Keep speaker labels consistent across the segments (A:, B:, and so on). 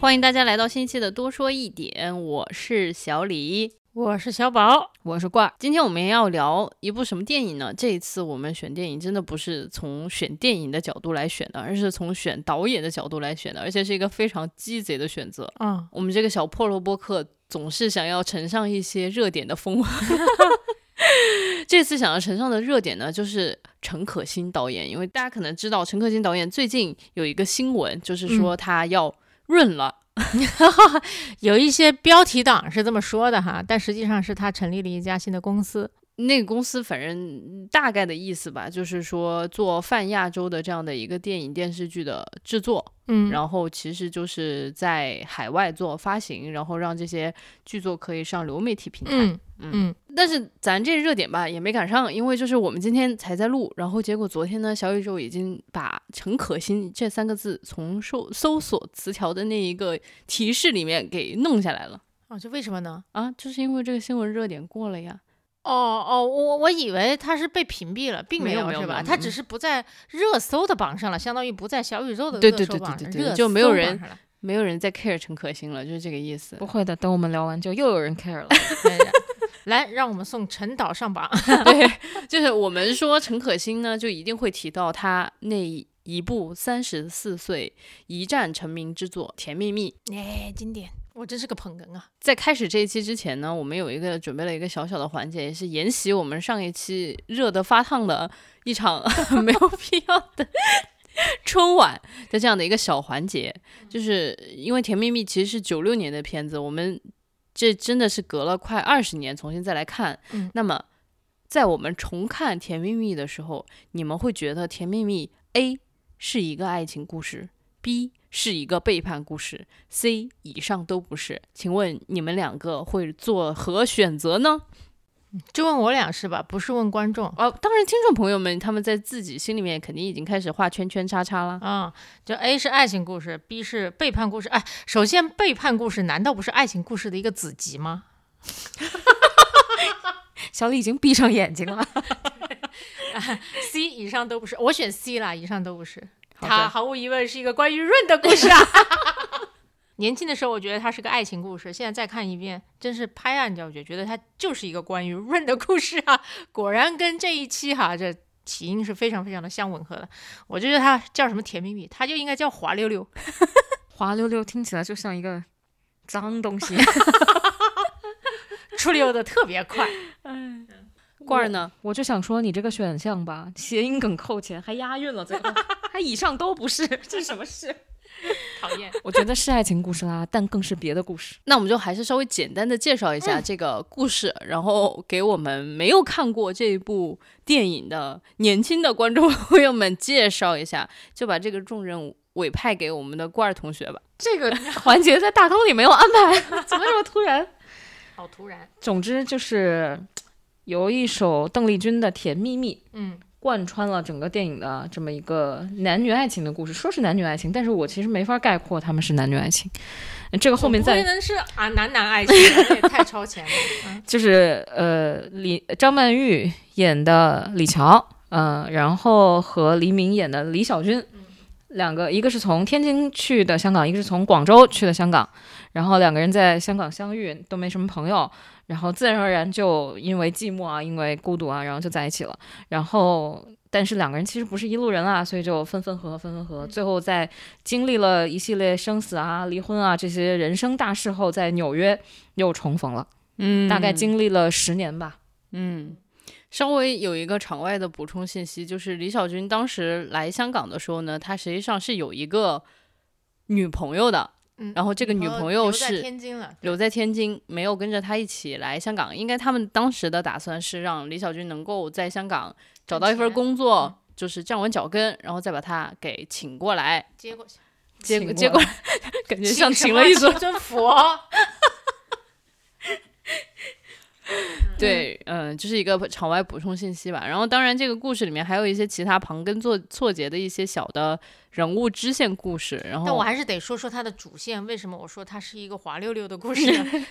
A: 欢迎大家来到新一期的多说一点，我是小李，
B: 我是小宝，
A: 我是罐儿。今天我们要聊一部什么电影呢？这一次我们选电影真的不是从选电影的角度来选的，而是从选导演的角度来选的，而且是一个非常鸡贼的选择。
B: 嗯，
A: 我们这个小破萝卜客总是想要乘上一些热点的风， 这次想要乘上的热点呢，就是陈可辛导演，因为大家可能知道陈可辛导演最近有一个新闻，就是说他要润了。
B: 有一些标题党是这么说的哈，但实际上是他成立了一家新的公司。
A: 那个公司反正大概的意思吧，就是说做泛亚洲的这样的一个电影电视剧的制作，
B: 嗯
A: 然后其实就是在海外做发行，然后让这些剧作可以上流媒体平台。
B: 嗯
A: 嗯
B: 嗯，
A: 但是咱这热点吧也没赶上，因为就是我们今天才在录，然后结果昨天呢，小宇宙已经把“陈可辛”这三个字从搜搜索词条的那一个提示里面给弄下来了
B: 哦，这为什么呢？
A: 啊，就是因为这个新闻热点过了呀。
B: 哦哦，我我以为他是被屏蔽了，并
A: 没有
B: 有
A: 没有
B: 是
A: 没
B: 吧？
A: 有
B: 他
A: 嗯
B: 只是不在热搜的榜上了，相当于不在小宇宙的
A: 对
B: 热
A: 对
B: 搜
A: 对
B: 榜
A: 对
B: 上
A: 对对
B: 热
A: 就没有
B: 搜
A: 人
B: 榜上了
A: 没有人再 care 陈可辛了，就是这个意思。
C: 不会的，等我们聊完就又有人 care 了。
B: 哎呀来，让我们送陈导上榜。
A: 对，就是我们说陈可辛呢，就一定会提到他那一部三十四岁一战成名之作《甜蜜蜜》。
B: 哎，经典，我真是个捧哏啊。
A: 在开始这一期之前呢，我们有一个准备了一个小小的环节，也是沿袭我们上一期热得发烫的一场 没有必要的 春晚的这样的一个小环节，就是因为《甜蜜蜜》其实是九六年的片子，我们这真的是隔了快二十年重新再来看。
B: 嗯
A: 那么，在我们重看《甜蜜蜜》的时候，你们会觉得《甜蜜蜜》A 是一个爱情故事，B 是一个背叛故事，C 以上都不是。请问你们两个会做何选择呢？
B: 就问我俩是吧？不是问观众。
A: 哦，当然，听众朋友们他们在自己心里面肯定已经开始画圈圈叉叉了。
B: 啊、就 A 是爱情故事，B 是背叛故事。哎，首先背叛故事难道不是爱情故事的一个子集吗？
C: 小李已经闭上眼睛了。
B: C 以上都不是，我选 C 啦，以上都不是。
A: 好的
B: 它毫无疑问是一个关于润的故事啊。 年轻的时候，我觉得它是个爱情故事，现在再看一遍，真是拍案叫绝，觉得它就是一个关于润的故事啊。 果然跟这一期哈这起因是非常非常的相吻合的。我觉得它叫什么甜蜜蜜，它就应该叫滑溜 溜。
C: 滑溜溜听起来就像一个脏东西。
B: 出溜的特别快，
A: 罐儿呢？
C: 我就想说，你这个选项吧，谐音梗扣钱，还押韵了，最后还以上都不是，这是什么事？
B: 讨 厌。
C: 我觉得是爱情故事啦，但更是别的故事。
A: 那我们就还是稍微简单的介绍一下这个故事，然后给我们没有看过这部电影的年轻的观众朋友们介绍一下，就把这个重任委派给我们的罐儿同学吧。
C: 这个环节在大纲里没有安排， 怎么这么突然？
B: 好突然。
C: 总之就是由一首邓丽君的《甜蜜蜜》
B: 嗯，
C: 贯穿了整个电影的这么一个男女爱情的故事。说是男女爱情，但是我其实没法概括他们是男女爱情。呃这个后面
B: 总不
C: 再
B: 会能是啊男男爱情， 这也太超前了。嗯
C: 就是呃，李张曼玉演的李乔，呃，然后和黎明演的李小军，两个一个是从天津去的香港，一个是从广州去的香港，然后两个人在香港相遇，都没什么朋友，然后自然而然就因为寂寞啊，因为孤独啊，然后就在一起了，然后。但是两个人其实不是一路人啦、所以就分分合合，分分合合，最后在经历了一系列生死啊、离婚啊这些人生大事后，在纽约又重逢了。
A: 嗯
C: 大概经历了十年吧。
A: 嗯，稍微有一个场外的补充信息，就是李小军当时来香港的时候呢，他实际上是有一个女朋友的，
B: 嗯
A: 然后这个女朋友
B: 留在
A: 是
B: 天津了，
A: 留在天津，没有跟着他一起来香港。应该他们当时的打算是让李小军能够在香港找到一份
B: 钱嗯
A: 工作，就是站稳脚跟，然后再把他给请过来。
B: 接过去，
A: 结
C: 请
A: 果
C: 过
A: 结果 感觉像
B: 请
A: 请了一
B: 什么
A: 尊
B: 一尊佛。
A: 对，嗯、就是一个场外补充信息吧。然后，当然这个故事里面还有一些其他旁根错错节的一些小的人物支线故事。然
B: 但我
A: 后，
B: 还是得说说它的主线，为什么我说它是一个滑溜溜的故事？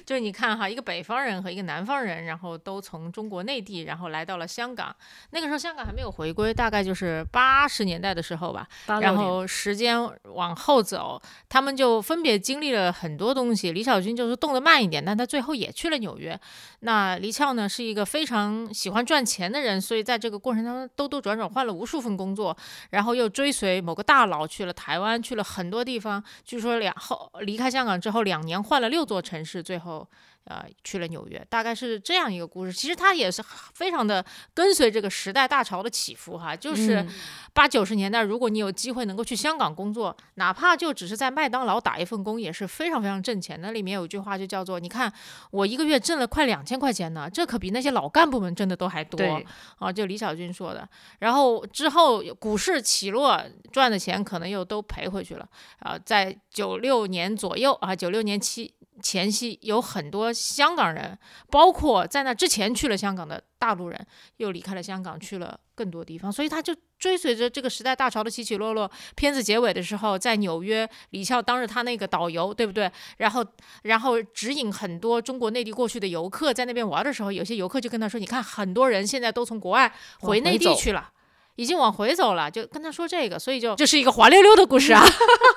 B: 就是你看哈，一个北方人和一个南方人，然后都从中国内地，然后来到了香港。那个时候香港还没有回归，大概就是八十年代的时候吧。然后时间往后走，他们就分别经历了很多东西。李小军就是动得慢一点，但他最后也去了纽约。那黎翘呢，是一个非常喜欢赚钱的人，所以在这个过程当中兜兜转转换了无数份工作，然后又追随某个大佬去了台湾，去了很多地方。据说两后离开香港之后两年换了六座城市，最后。呃，去了纽约，大概是这样一个故事。其实他也是非常的跟随这个时代大潮的起伏哈，就是、八九十年代，如果你有机会能够去香港工作，哪怕就只是在麦当劳打一份工，也是非常非常挣钱的。里面有一句话就叫做：“你看我一个月挣了快两千块钱呢，这可比那些老干部们挣的都还多。”
A: 对，
B: 啊，就李小军说的。然后之后股市起落，赚的钱可能又都赔回去了。啊，在九六年左右啊，九六年期前夕，有很多香港人，包括在那之前去了香港的大陆人，又离开了香港，去了更多地方。所以他就追随着这个时代大潮的起起落落。片子结尾的时候，在纽约，李笑当着他那个导游，对不对？然后，然后指引很多中国内地过去的游客在那边玩的时候，有些游客就跟他说：“你看，很多人现在都从国外
C: 往
B: 回
C: 回
B: 内地
C: 走
B: 去了。”已经往回走了，就跟他说这个，所以就这是一个滑溜溜的故事啊，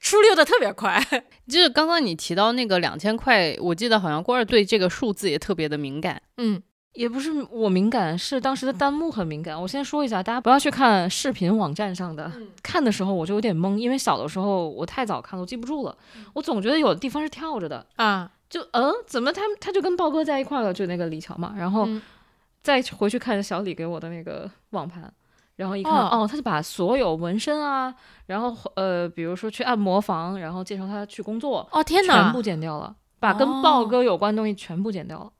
B: 出溜的特别快。
A: 就是刚刚你提到那个两千块，我记得好像郭二对这个数字也特别的敏感。
B: 嗯，
C: 也不是我敏感，是当时的弹幕很敏感。我先说一下，大家不要去看视频网站上的，
A: 嗯
C: 看的时候我就有点懵，因为小的时候我太早看了，我记不住了，
A: 嗯
C: 我总觉得有的地方是跳着的，
B: 啊，
C: 就嗯，怎么他们他就跟豹哥在一块儿了，就那个李乔嘛，然后
B: 嗯
C: 再回去看小李给我的那个网盘，然后一看
B: 哦
C: 哦他就把所有纹身啊，然后呃，比如说去按摩房，然后介绍他去工作，
B: 哦天
C: 全
B: 哪
C: 部，剪掉了，把跟豹哥有关的东西全部剪掉了。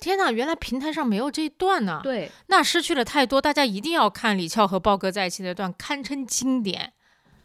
B: 天哪，原来平台上没有这一段呢、
C: 啊对，
B: 那失去了太多，大家一定要看李翘和豹哥在一起那段，堪称经典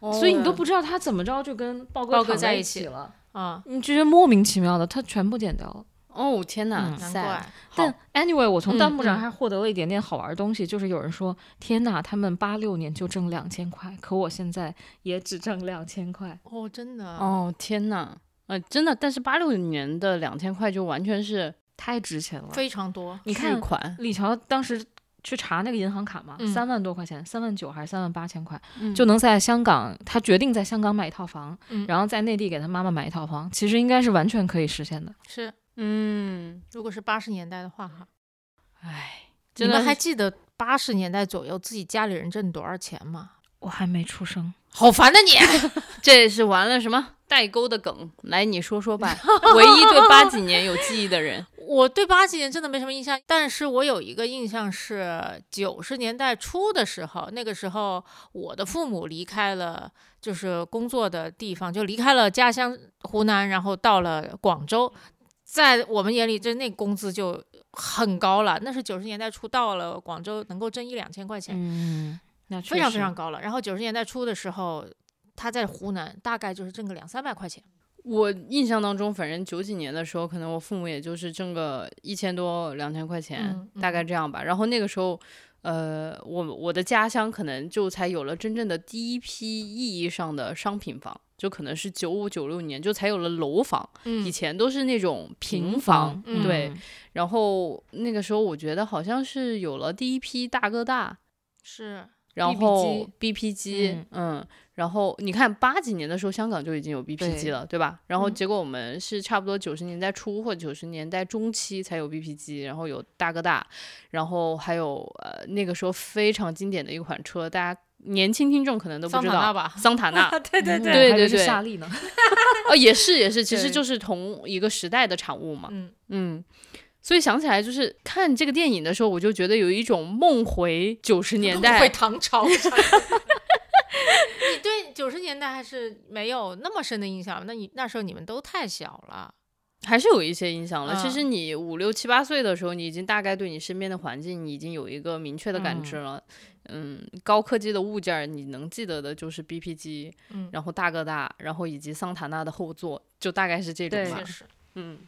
C: 所以你都不知道他怎么着就跟豹哥
B: 豹哥
C: 躺
B: 在
C: 在
B: 一起
C: 起了，
B: 啊、
C: 你就觉得莫名其妙的，他全部剪掉了。
A: 哦，天哪，
C: 嗯
B: 难
A: sad
B: 怪。
C: 但 anyway，我从弹幕
B: 嗯
C: 上
B: 嗯
C: 还获得了一点点好玩的东西，就是有人说：“天哪，他们八六年就挣两千块，可我现在也只挣两千块。
B: 哦，真的，
A: 哦，天哪，呃，真的，但是八六年的两千块就完全是”
C: 太值钱了。
B: 非常多。
C: 你
A: 巨
C: 看
A: 款，
C: 李乔当时去查那个银行卡嘛，
B: 嗯
C: 三、万多块钱，三万九还是三万八千块，
A: 嗯
C: 就能在香港，他决定在香港买一套房，
B: 嗯
C: 然后在内地给他妈妈买一套房，其实应该是完全可以实现的。
B: 是，
A: 嗯，
B: 如果是八十年代的话哈，
A: 哎，
B: 你
A: 真的
B: 们还
A: 是
B: 记得八十年代左右自己家里人挣多少钱吗？
C: 我还没出生，
B: 好烦的你！
A: 这是玩了什么代沟的梗？来，你说说吧，唯一对八几年有记忆的人，
B: 我对八几年真的没什么印象，但是我有一个印象是九十年代初的时候，那个时候我的父母离开了，就是工作的地方，就离开了家乡湖南，然后到了广州，在我们眼里，就那工资就很高了，那是九十年代初到了广州能够挣一两千块钱，
C: 嗯，那
B: 非常非常高了。然后九十年代初的时候，他在湖南大概就是挣个两三百块钱，
A: 我印象当中，反正九几年的时候，可能我父母也就是挣个一千多、两千块钱，
B: 嗯嗯
A: 大概这样吧。然后那个时候，呃，我我的家乡可能就才有了真正的第一批意义上的商品房，就可能是九五九六年就才有了楼房，以
B: 嗯
A: 前都是那种
C: 平
A: 平
C: 房
A: 房，
C: 嗯
A: 对。然后那个时候，我觉得好像是有了第一批大哥大，
B: 是
A: 然
B: BP
A: 后
B: 机
A: BP 机，嗯然后你看八几年的时候，香港就已经有 BP 机
C: 对
A: 了，对吧？然后
B: 嗯
A: 结果我们是差不多九十年代初或九十年代中期才有 BP 机，然后有大哥大，然后还有呃那个时候非常经典的一款车，大家年轻听众可能都不
B: 桑
A: 知
B: 塔纳
A: 道。
B: 吧？
A: 桑塔 纳
B: 对嗯对
C: 对
A: 对
C: 嗯还以为是
A: 对
C: 夏利呢，
A: 哦，也是也是，其实
C: 对
A: 就是同一个时代的产物嘛。
B: 嗯，
A: 嗯，所以想起来就是看这个电影的时候，我就觉得有一种梦回九十 年代，
B: 会唐朝。你 对九十年代还是没有那么深的印象，那你那时候你们都太小了。
A: 还是有一些影响了。其
B: 嗯
A: 实你五六七八岁的时候，你已经大概对你身边的环境你已经有一个明确的感知了。嗯，高科技的物件儿你能记得的就是 BP 机，
B: 嗯，
A: 然后大哥大，然后以及桑塔纳的后座，就大概是这种
C: 对
A: 吧
B: 确。实
A: 嗯，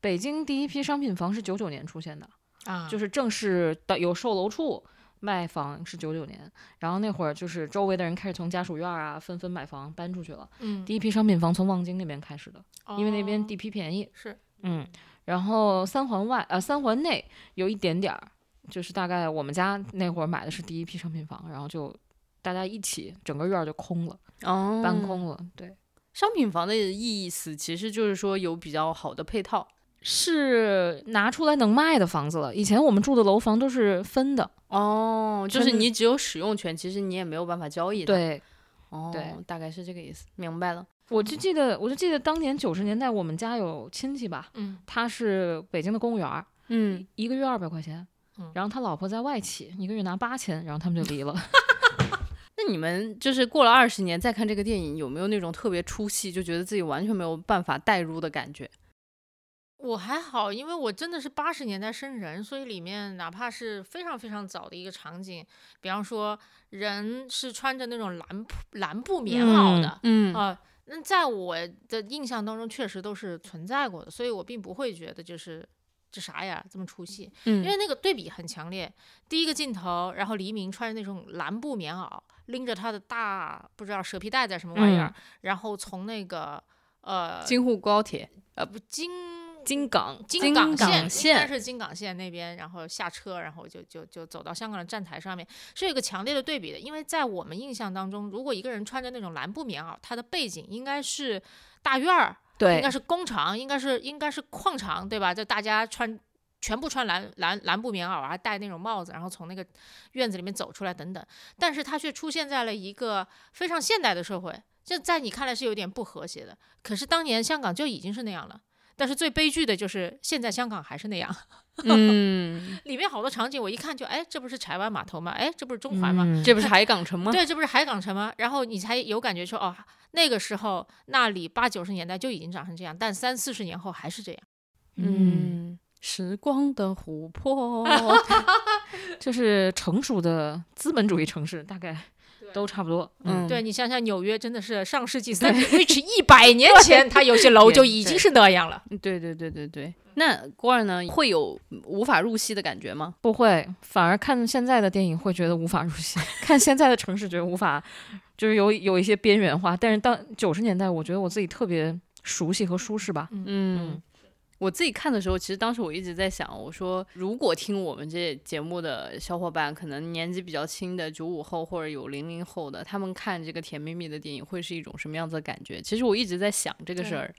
C: 北京第一批商品房是九九年出现的，
B: 啊，
C: 就是正式的有售楼处卖房是九九年，然后那会儿就是周围的人开始从家属院啊纷纷买房搬出去了，
B: 嗯，
C: 第一批商品房从望京那边开始的，因为那边
B: 哦
C: 地皮便宜，
B: 是
C: 嗯，然后三环外呃三环内有一点点儿，就是大概我们家那会儿买的是第一批商品房，然后就大家一起整个院儿就空了，
A: 哦
C: 搬空了，对。
A: 商品房的意思其实就是说有比较好的配套
C: 是拿出来能卖的房子了。以前我们住的楼房都是分的，
A: 哦，就是
C: 真的
A: 你只有使用权，其实你也没有办法交易的。，
C: 对，
A: 哦，
C: 对，
A: 大概是这个意思，明白了。
C: 我就记得，我就记得当年九十年代，我们家有亲戚吧，
B: 嗯
C: 他是北京的公务员儿，
A: 嗯，
C: 一个月二百块钱
B: 嗯，
C: 然后他老婆在外企，一个月拿八千，然后他们就离了。
A: 那你们就是过了二十年再看这个电影，有没有那种特别出戏，就觉得自己完全没有办法代入的感觉？啊
B: 我还好，因为我真的是八十年代生人，所以里面哪怕是非常非常早的一个场景，比方说人是穿着那种蓝布蓝布棉袄的，
A: 嗯
B: 啊，那在我的印象当中，确实都是存在过的，所以我并不会觉得就是这啥呀，这么出戏，
A: 嗯
B: 因为那个对比很强烈。第一个镜头，然后黎明穿着那种蓝布棉袄，拎着他的大不知道蛇皮袋子还是什么玩意儿，然后从那个呃
A: 嗯京沪高铁
B: 呃不京
C: 金港，
B: 京港
A: 港
B: 应该
A: 线
B: 是京港线那边，然后下车，然后就就就走到香港的站台上面，是有一个强烈的对比的。因为在我们印象当中，如果一个人穿着那种蓝布棉袄，他的背景应该是大院儿，应
C: 对
B: 该，是工厂，应该是应该是矿场，对吧？就大家穿全部穿蓝蓝蓝布棉袄啊，还戴那种帽子，然后从那个院子里面走出来等等。但是它却出现在了一个非常现代的社会，这在你看来是有点不和谐的。可是当年香港就已经是那样了。但是最悲剧的就是现在香港还是那样，
A: 嗯，
B: 里面好多场景我一看就，哎，这不是柴湾码头吗？哎，这不是中环吗？
C: 嗯
A: 这不是海港城吗？
B: 对，这不是海港城吗？然后你才有感觉说，哦，那个时候那里八九十年代就已经长成这样，但三四十年后还是这样。
C: 嗯，
A: 嗯，时光的琥 珀。
C: 就是成熟的资本主义城市，大概都差不多。
A: 嗯，
B: 对，你想想，纽约真的是上世 纪三十 which 一百年前，它有些楼就已经是那样了。
A: 对对对对对。那郭二呢，会有无法入戏的感觉吗？
C: 不会，反而看现在的电影会觉得无法入戏， 看现在的城市觉得无法，就是有有一些边缘化。但是当九十年代，我觉得我自己特别熟悉和舒适吧。
A: 嗯，我自己看的时候，其实当时我一直在想，我说如果听我们这节目的小伙伴，可能年纪比较轻的九五后或者有零零后的，他们看这个甜蜜蜜的电影会是一种什么样子的感觉？其实我一直在想这个事
B: 对
A: 儿。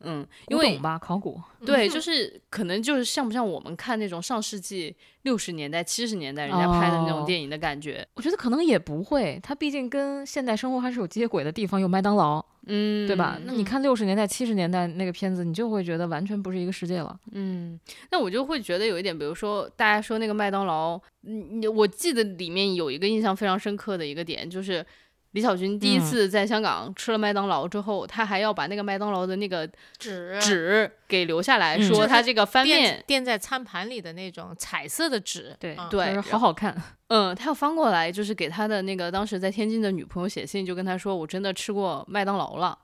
A: 嗯，因
C: 古
A: 为
C: 董吧，考古，
A: 对，就是可能就是像不像我们看那种上世纪六十年代、七十年代人家拍的那种
C: 哦
A: 电影的感觉，
C: 我觉得可能也不会，它毕竟跟现代生活还是有接轨的地方，有麦当劳，
A: 嗯，
C: 对吧？那你
B: 嗯
C: 看六十年代、七十年代那个片子，你就会觉得完全不是一个世界了。
A: 嗯，那我就会觉得有一点，比如说大家说那个麦当劳，嗯，你我记得里面有一个印象非常深刻的一个点，就是李小军第一
C: 嗯
A: 次在香港吃了麦当劳之后，他还要把那个麦当劳的那个
B: 纸
A: 纸给留下来，
C: 嗯
A: 说
B: 就是
A: 他这个翻
B: 垫
A: 面，
B: 垫在餐盘里的那种彩色的纸，
C: 对
B: 啊
A: 对
C: 就是
A: 然
C: 好好看，
A: 嗯，他要翻过来，就是给他的那个当时在天津的女朋友写信，就跟他说我真的吃过麦当劳了。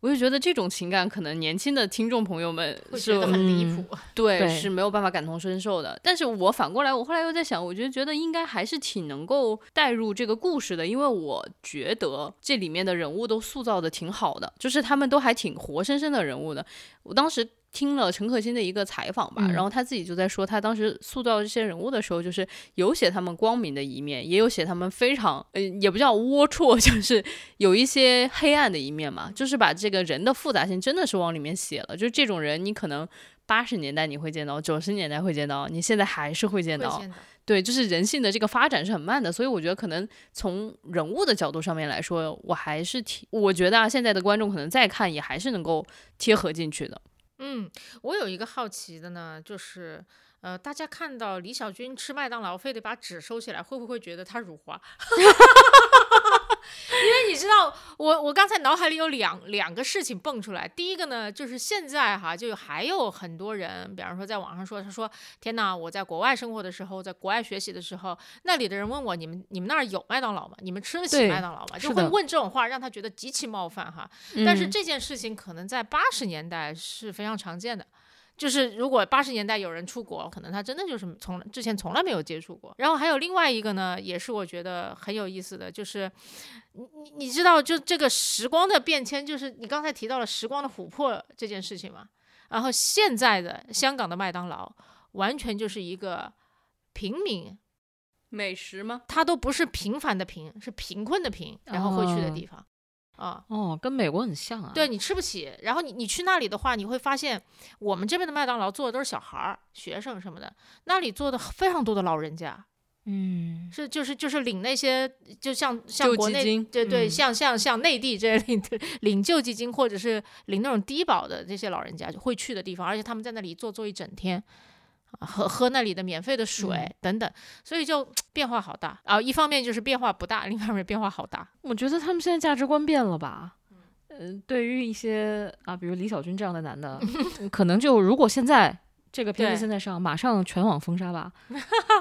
A: 我就觉得这种情感，可能年轻的听众朋友们
B: 会
A: 是
B: 觉得很离
C: 嗯
B: 谱。
A: 对，
C: 对
A: 是没有办法感同身受的。但是我反过来，我后来又在想，我就觉得应该还是挺能够带入这个故事的，因为我觉得这里面的人物都塑造的挺好的，就是他们都还挺活生生的人物的。我当时。听了陈可辛的一个采访吧，
C: 嗯
A: 然后他自己就在说，他当时塑造这些人物的时候，就是有写他们光明的一面，也有写他们非常，呃，也不叫龌龊， 就是有一些黑暗的一面嘛，就是把这个人的复杂性真的是往里面写了。就是这种人，你可能八十年代你会见到，九十年代会见到，你现在还是会见
B: 会
A: 到。
B: 见到
A: 对，就是人性的这个发展是很慢的，所以我觉得可能从人物的角度上面来说，我还是挺，我觉得啊，现在的观众可能再看也还是能够贴合进去的。
B: 嗯，我有一个好奇的呢，就是呃，大家看到李小军吃麦当劳，非得把纸收起来，会不会觉得他辱华？ 因为你知道，我我刚才脑海里有两两个事情蹦出来。第一个呢，就是现在哈，就有还有很多人，比方说在网上说，他说：“天哪，我在国外生活的时候，在国外学习的时候，那里的人问我，你们你们那儿有麦当劳吗？你们吃得起
C: 对
B: 麦当劳吗？”就是会
C: 的
B: 问这种话，让他觉得极其冒犯哈。但是
A: 嗯
B: 这件事情可能在八十年代是非常常见的，就是如果八十年代有人出国，可能他真的就是从之前从来没有接触过。然后还有另外一个呢，也是我觉得很有意思的，就是你你你知道，就这个时光的变迁，就是你刚才提到了时光的琥珀这件事情嘛。然后现在的香港的麦当劳，完全就是一个平民，
A: 美食吗？
B: 它都不是平凡的贫，是贫困的贫，然后会去的地方啊。
C: 哦，跟美国很像啊。
B: 对你吃不起。然后你你去那里的话，你会发现我们这边的麦当劳做的都是小孩儿、学生什么的，那里做的非常多的老人家，
C: 嗯，
B: 是就是就是领那些就像像
A: 救
B: 国
A: 济
B: 内
A: 金
B: 对对，
C: 嗯
B: 像像像内地这领 领救济金或者是领那种低保的这些老人家就会去的地方，而且他们在那里坐坐一整天。啊喝喝那里的免费的水、
C: 嗯
B: 等等，所以就变化好大啊！一方面就是变化不大，另一方面变化好大。
C: 我觉得他们现在价值观变了吧。嗯、对于一些啊，比如李小军这样的男的，可能就如果现在这个片
B: 对
C: 子现在上，马上全网封杀吧，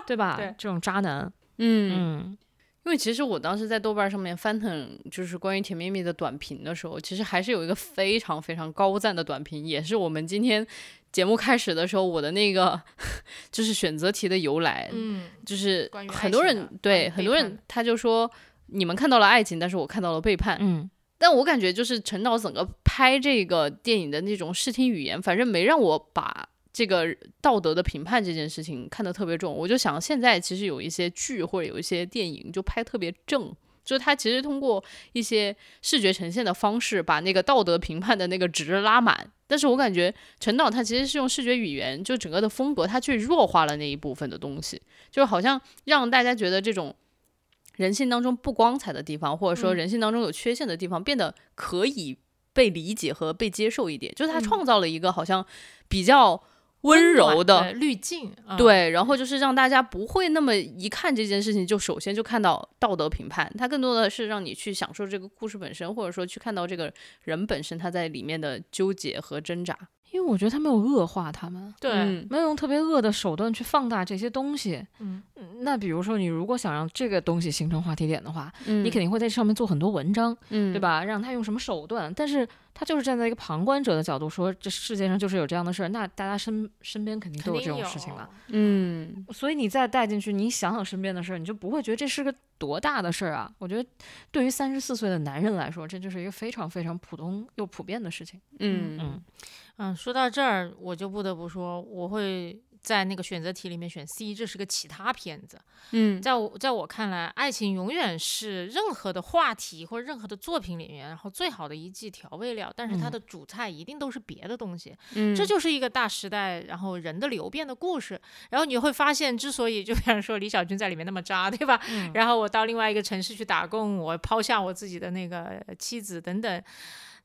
C: 对吧？
B: 对
C: 这种渣男，
A: 嗯，
C: 嗯
A: 因为其实我当时在豆瓣上面翻腾，就是关于甜蜜蜜的短评的时候，其实还是有一个非常非常高赞的短评，也是我们今天节目开始的时候我的那个就是选择题的由来，
B: 嗯，
A: 就是
B: 关于爱
A: 很多
B: 情
A: 人
B: 的关于
A: 对
B: 背
A: 很多人
B: 叛
A: 他就说你们看到了爱情，但是我看到了背叛。
C: 嗯
A: 但我感觉就是陈导整个拍这个电影的那种视听语言，反正没让我把这个道德的评判这件事情看得特别重。我就想，现在其实有一些剧或者有一些电影就拍特别正。就是他其实通过一些视觉呈现的方式，把那个道德评判的那个值拉满。但是我感觉陈导他其实是用视觉语言，就整个的风格，他去弱化了那一部分的东西，就好像让大家觉得这种人性当中不光彩的地方，或者说
B: 嗯
A: 人性当中有缺陷的地方，变得可以被理解和被接受一点。就是他
B: 嗯
A: 创造了一个好像比较温嗯柔
B: 暖
A: 的。
B: 滤镜，啊，
A: 对，然后就是让大家不会那么一看这件事情就首先就看到道德评判，它更多的是让你去享受这个故事本身，或者说去看到这个人本身他在里面的纠结和挣扎。
C: 因为我觉得他没有恶化他们，
B: 对，
A: 嗯
C: 没有用特别恶的手段去放大这些东西。
B: 嗯
C: 嗯那比如说，你如果想让这个东西形成话题点的话，
A: 嗯
C: 你肯定会在上面做很多文章，
A: 嗯
C: 对？吧？让他用什么手段？但是他就是站在一个旁观者的角度说，这世界上就是有这样的事儿，那大家身身边肯定
B: 肯
C: 都有
B: 定
C: 这种事情了。
A: 嗯
C: 所以你再带进去，你想想身边的事儿，你就不会觉得这是个多大的事儿啊？我觉得对于三十四岁的男人来说，这就是一个非常非常普通又普遍的事情。
A: 嗯嗯
C: 嗯
B: 嗯，说到这儿，我就不得不说，我会在那个选择题里面选 C，这是个其他片子。
A: 嗯
B: 在我在我看来，爱情永远是任何的话题或者任何的作品里面，然后最好的一剂调味料，但是它
C: 嗯
B: 的主菜一定都是别的东西。
A: 嗯
B: 这就是一个大时代，然后人的流变的故事。然后你会发现，之所以就比 方说李小军在里面那么渣，对吧？然后我到另外一个城市去打工，我抛下我自己的那个妻子等等，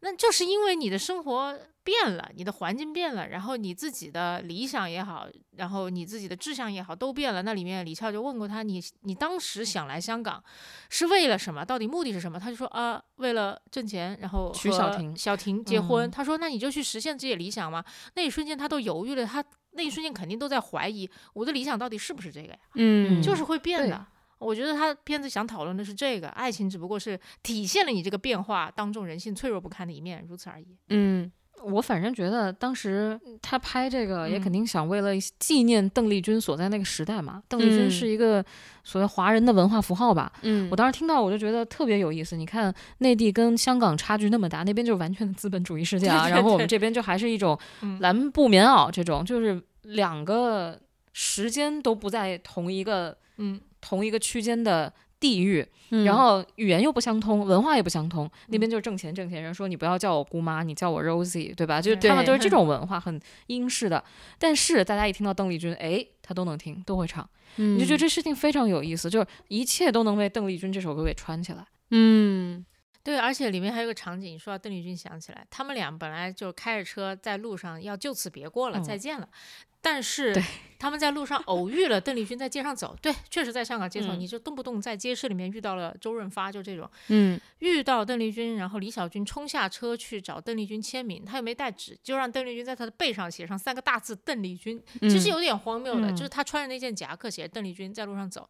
B: 那就是因为你的生活变了，你的环境变了，然后你自己的理想也好，然后你自己的志向也好都变了。那里面李翘就问过他，你你当时想来香港是为了什么？到底目的是什么？他就说啊，为了挣钱，然后
C: 娶小
B: 和
C: 婷
B: 小婷结婚。
C: 嗯
B: 他说那你就去实现自己的理想嘛。那一瞬间他都犹豫了，他那一瞬间肯定都在怀疑我的理想到底是不是这个呀？
A: 嗯
B: 就是会变
C: 对
B: 的。我觉得他片子想讨论的是这个，爱情只不过是体现了你这个变化当中人性脆弱不堪的一面，如此而已。
A: 嗯
C: 我反正觉得当时他拍这个也
B: 嗯
C: 肯定想为了一些纪念邓丽君所在那个时代嘛。邓丽
A: 嗯
C: 君是一个所谓华人的文化符号吧。
A: 嗯
C: 我当时听到我就觉得特别有意思。你看内地跟香港差距那么大，那边就是完全的资本主义世界啊，
B: 对对
C: 然后
B: 对
C: 我们这边就还是一种
B: 嗯
C: 蓝布棉袄这种，就是两个时间都不在同一个
B: 嗯，
C: 同一个区间的地域，
A: 嗯
C: 然后语言又不相通，文化也不相通，
B: 嗯
C: 那边就是挣钱挣钱，人说你不要叫我姑妈，你叫我 Rosie，对吧？就是
B: 对
C: 他们都是这种文化，很英式的。但是大家一听到邓丽君，哎，她都能听，都会唱，
A: 你
C: 你就觉得这事情非常有意思，就是一切都能为邓丽君这首歌给穿起来。
A: 嗯
B: 对，而且里面还有个场景，说到邓丽君想起来，他们俩本来就开着车在路上要就此别过了，
C: 嗯
B: 再见了。但是
C: 对
B: 他们在路上偶遇了邓丽君在街上走，对，确实在香港街头，
C: 嗯
B: 你就动不动在街市里面遇到了周润发，就这种
A: 嗯
B: 遇到邓丽君，然后李小军冲下车去找邓丽君签名，他又没带纸，就让邓丽君在他的背上写上三个大字“邓丽君”，
A: 嗯
B: 其
C: 嗯
B: 实有点荒谬的，就是他穿着那件夹克，写着邓丽君在路上走。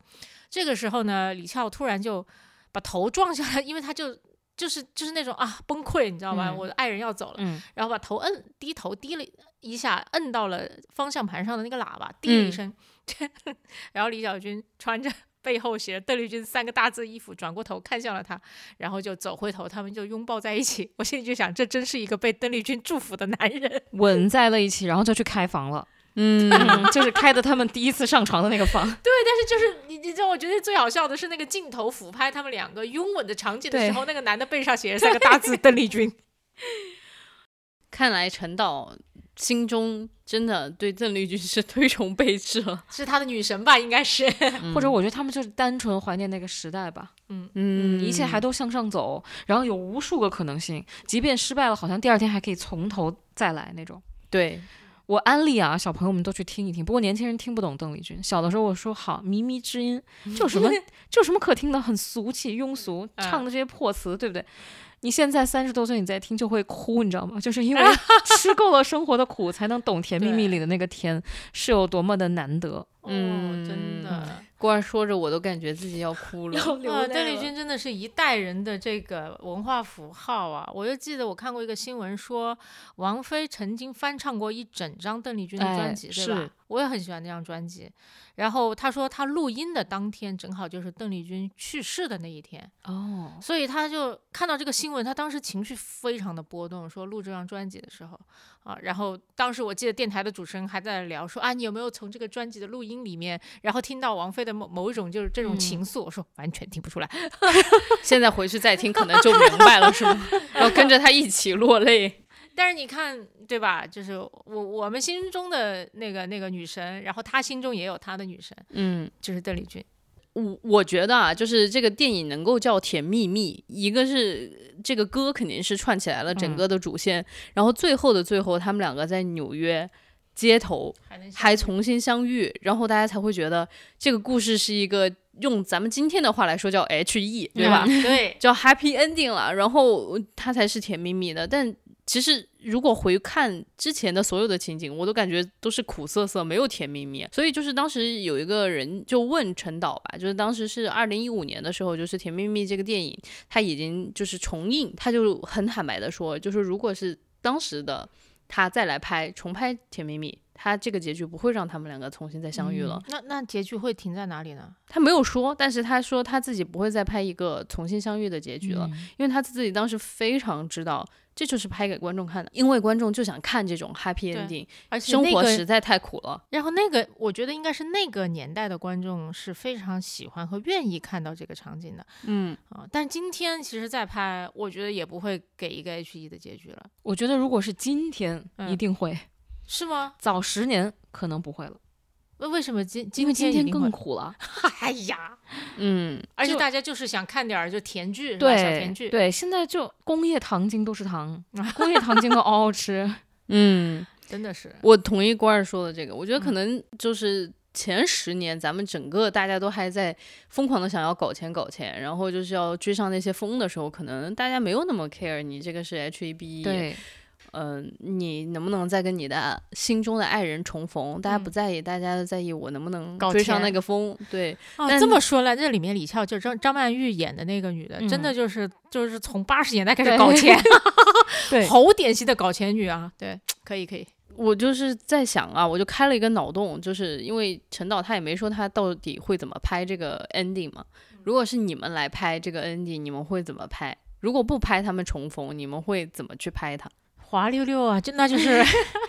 B: 这个时候呢，李翘突然就把头撞下来，因为他就就是就是那种啊崩溃，你知道吧？
C: 嗯
B: 我的爱人要走了，
C: 嗯
B: 然后把头摁低头低了一下，摁到了方向盘上的那个喇叭，滴
C: 嗯
B: 了一声。 然后李小军穿着背后写着“邓丽君”三个大字衣服，转过头看向了他，然后就走回头，他们就拥抱在一起。我心里就想，这真是一个被邓丽君祝福的男人。
C: 吻在了一起，然后就去开房了，
A: 嗯，
C: 嗯， 就是开的他们第一次上床的那个房。
B: 对，但是就是你，你知道，我觉得最好笑的是那个镜头俯拍他们两个拥吻的场景的时候，那个男的背上写着三个大字“邓丽君
A: 看来陈导心中真的对邓丽君是推崇备至了”，，
B: 是他的女神吧？应该 是。
C: 或者我觉得他们就是单纯怀念那个时代吧，
A: 嗯，
C: 一切还都向上走，然后有无数个可能性，即便失败了，好像第二天还可以从头再来那种。
A: 对，
C: 我安利啊，小朋友们都去听一听。不过年轻人听不懂邓丽君。小的时候我说好，靡靡之音，这有什么这有什么可听的？很俗气、庸俗，
B: 嗯
C: 唱的这些破词，对不对？你现在三十多岁，你再听就会哭，你知道吗？ 就 是因为吃够了生活的苦，才能懂《甜蜜蜜》
B: 对
C: 里的那个甜是有多么的难得。
B: 哦，真
A: 嗯
B: 的。
A: 光说着我都感觉自己要哭了。
B: 啊，邓丽君真的是一代人的这个文化符号啊！我就记得我看过一个新闻说，王菲曾经翻唱过一整张邓丽君的专
C: 哎
B: 辑，对
C: 是
B: 吧？我也很喜欢那张专辑。然后她说，她录音的当天正好就是邓丽君去世的那一天，
C: 哦，
B: 所以她就看到这个新闻，她当时情绪非常的波动，说录这张专辑的时候啊，然后当时我记得电台的主持人还在聊说啊，你有没有从这个专辑的录音里面，然后听到王菲的某某一种就是这种
A: 嗯
B: 情愫？我说完全听不出来。
A: 现在回去再听，可能就明白了，是吗？ 然后跟着他一起落泪。
B: 但是你看，对吧？就是我我们心中的那个那个女神，然后她心中也有她的女神，
A: 嗯，
B: 就是邓丽君。
A: 我我觉得啊，就是这个电影能够叫《甜蜜蜜》，一个是这个歌肯定是串起来了整个的主线，然后最后的最后，他们两个在纽约街头
B: 还能
A: 还重新相遇，然后大家才会觉得这个故事是一个用咱们今天的话来说叫 H E，对吧？
B: 对，
A: 叫 happy ending 了，然后它才是甜蜜蜜的。但其实如果回看之前的所有的情景，我都感觉都是苦涩涩，没有甜蜜蜜。所以就是当时有一个人就问陈导吧，就是当时是二零一五年的时候，就是《甜蜜蜜》这个电影，他已经就是重映，他就很坦白的说，就是如果是当时的他再来拍重拍《甜蜜蜜》。他这个结局不会让他们两个重新再相遇了，
B: 嗯那那结局会停在哪里呢？
A: 他没有说，但是他说他自己不会再拍一个重新相遇的结
C: 嗯
A: 局了，
B: 嗯
A: 因为他自己当时非常知道，这就是拍给观众看的，因为观众就想看这种 happy
B: 对
A: ending，
B: 而且
A: 生
B: 那
A: 活
B: 个，
A: 实在太苦了。
B: 然后那个，我觉得应该是那个年代的观众是非常喜欢和愿意看到这个场景的
A: 嗯，
B: 啊、但今天其实再拍，我觉得也不会给一个 H E 的结局了，
C: 我觉得如果是今天，
B: 嗯
C: 一定会、
B: 是吗？
C: 早十年可能不会了，
B: 为为什么今
C: 因为今
B: 天
C: 天
B: 一定会
C: 更苦了。
B: 哎呀，
A: 嗯，
B: 而且
C: 就
B: 大家就是想看点儿就甜剧，是吧小
C: 对
B: 甜剧，
C: 对，现在就工业糖精都 是糖，工业糖精都嗷嗷吃。
A: 嗯，
B: 真的是。
A: 我同意关儿说的这个，我觉得
B: 嗯
A: 可能就是前十年咱们整个大家都还在疯狂的想要搞钱搞钱，然后就是要追上那些风的时候，可能大家没有那么 care 你这个是 H E B E，
C: 对，
A: 嗯、你能不能再跟你的心中的爱人重逢？大家不在意，大家在意我能不能
B: 嗯搞
A: 追上
B: 钱
A: 那个风。对，
B: 哦，
A: 但
B: 这么说来，这里面李翘就是张张曼玉演的那个女的，真的
C: 嗯
B: 就是就是从八十年代开始
C: 对
B: 搞钱，
C: 对
B: 好典型的搞钱女啊！对，可以可以，
A: 我就是在想啊，我就开了一个脑洞，就是因为陈导他也没说他到底会怎么拍这个 ending 嘛。
B: 嗯
A: 如果是你们来拍这个 ending，你们会怎么拍？如果不拍他们重逢，你们会怎么去拍它？
B: 滑溜溜啊，真那就是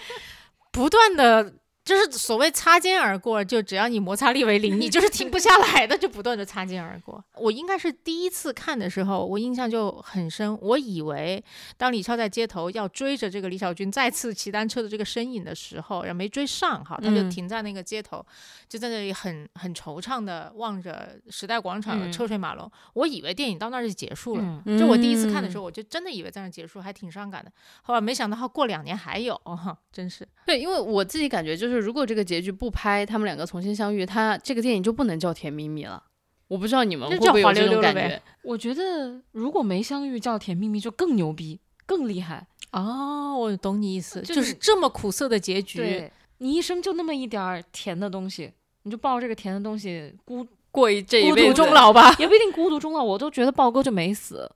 B: 不断的。就是所谓擦肩而过，就只要你摩擦力为零，你就是停不下来的，就不断的擦肩而过。 我应该是第一次看的时候，我印象就很深。我以为当李翘在街头要追着这个李小军再次骑单车的这个身影的时候，然后没追上哈，他就
A: 嗯
B: 停在那个街头，就在那里很很惆怅的望着时代广场的
C: 嗯
B: 车水马龙。我以为电影到那儿就结束了，
C: 嗯，
B: 就我第一次看的时
A: 候，
B: 候，我就真的以为在那儿结束，还挺伤感的。后来没想到它过两年还有，哈，真是
A: 对，因为我自己感觉就是，如果这个结局不拍，他们两个重新相遇，他这个电影就不能叫甜蜜蜜了。我不知道你们
B: 那
A: 会不会
B: 叫滑
A: 有这
B: 溜
A: 种
B: 溜了
A: 感
B: 呗
A: 觉？
C: 我觉得如果没相遇叫甜蜜蜜就更牛逼，更厉害。
B: 哦，我懂你意思，
C: 就
B: 就是
C: 是
B: 这么苦涩的结局。，
C: 你一生就那么一点儿甜的东西，你就抱这个甜的东西孤，
A: 过一这一
C: 孤独
A: 辈子
C: 终
B: 老吧，
C: 也不一定孤独终老。我都觉得豹哥就没死，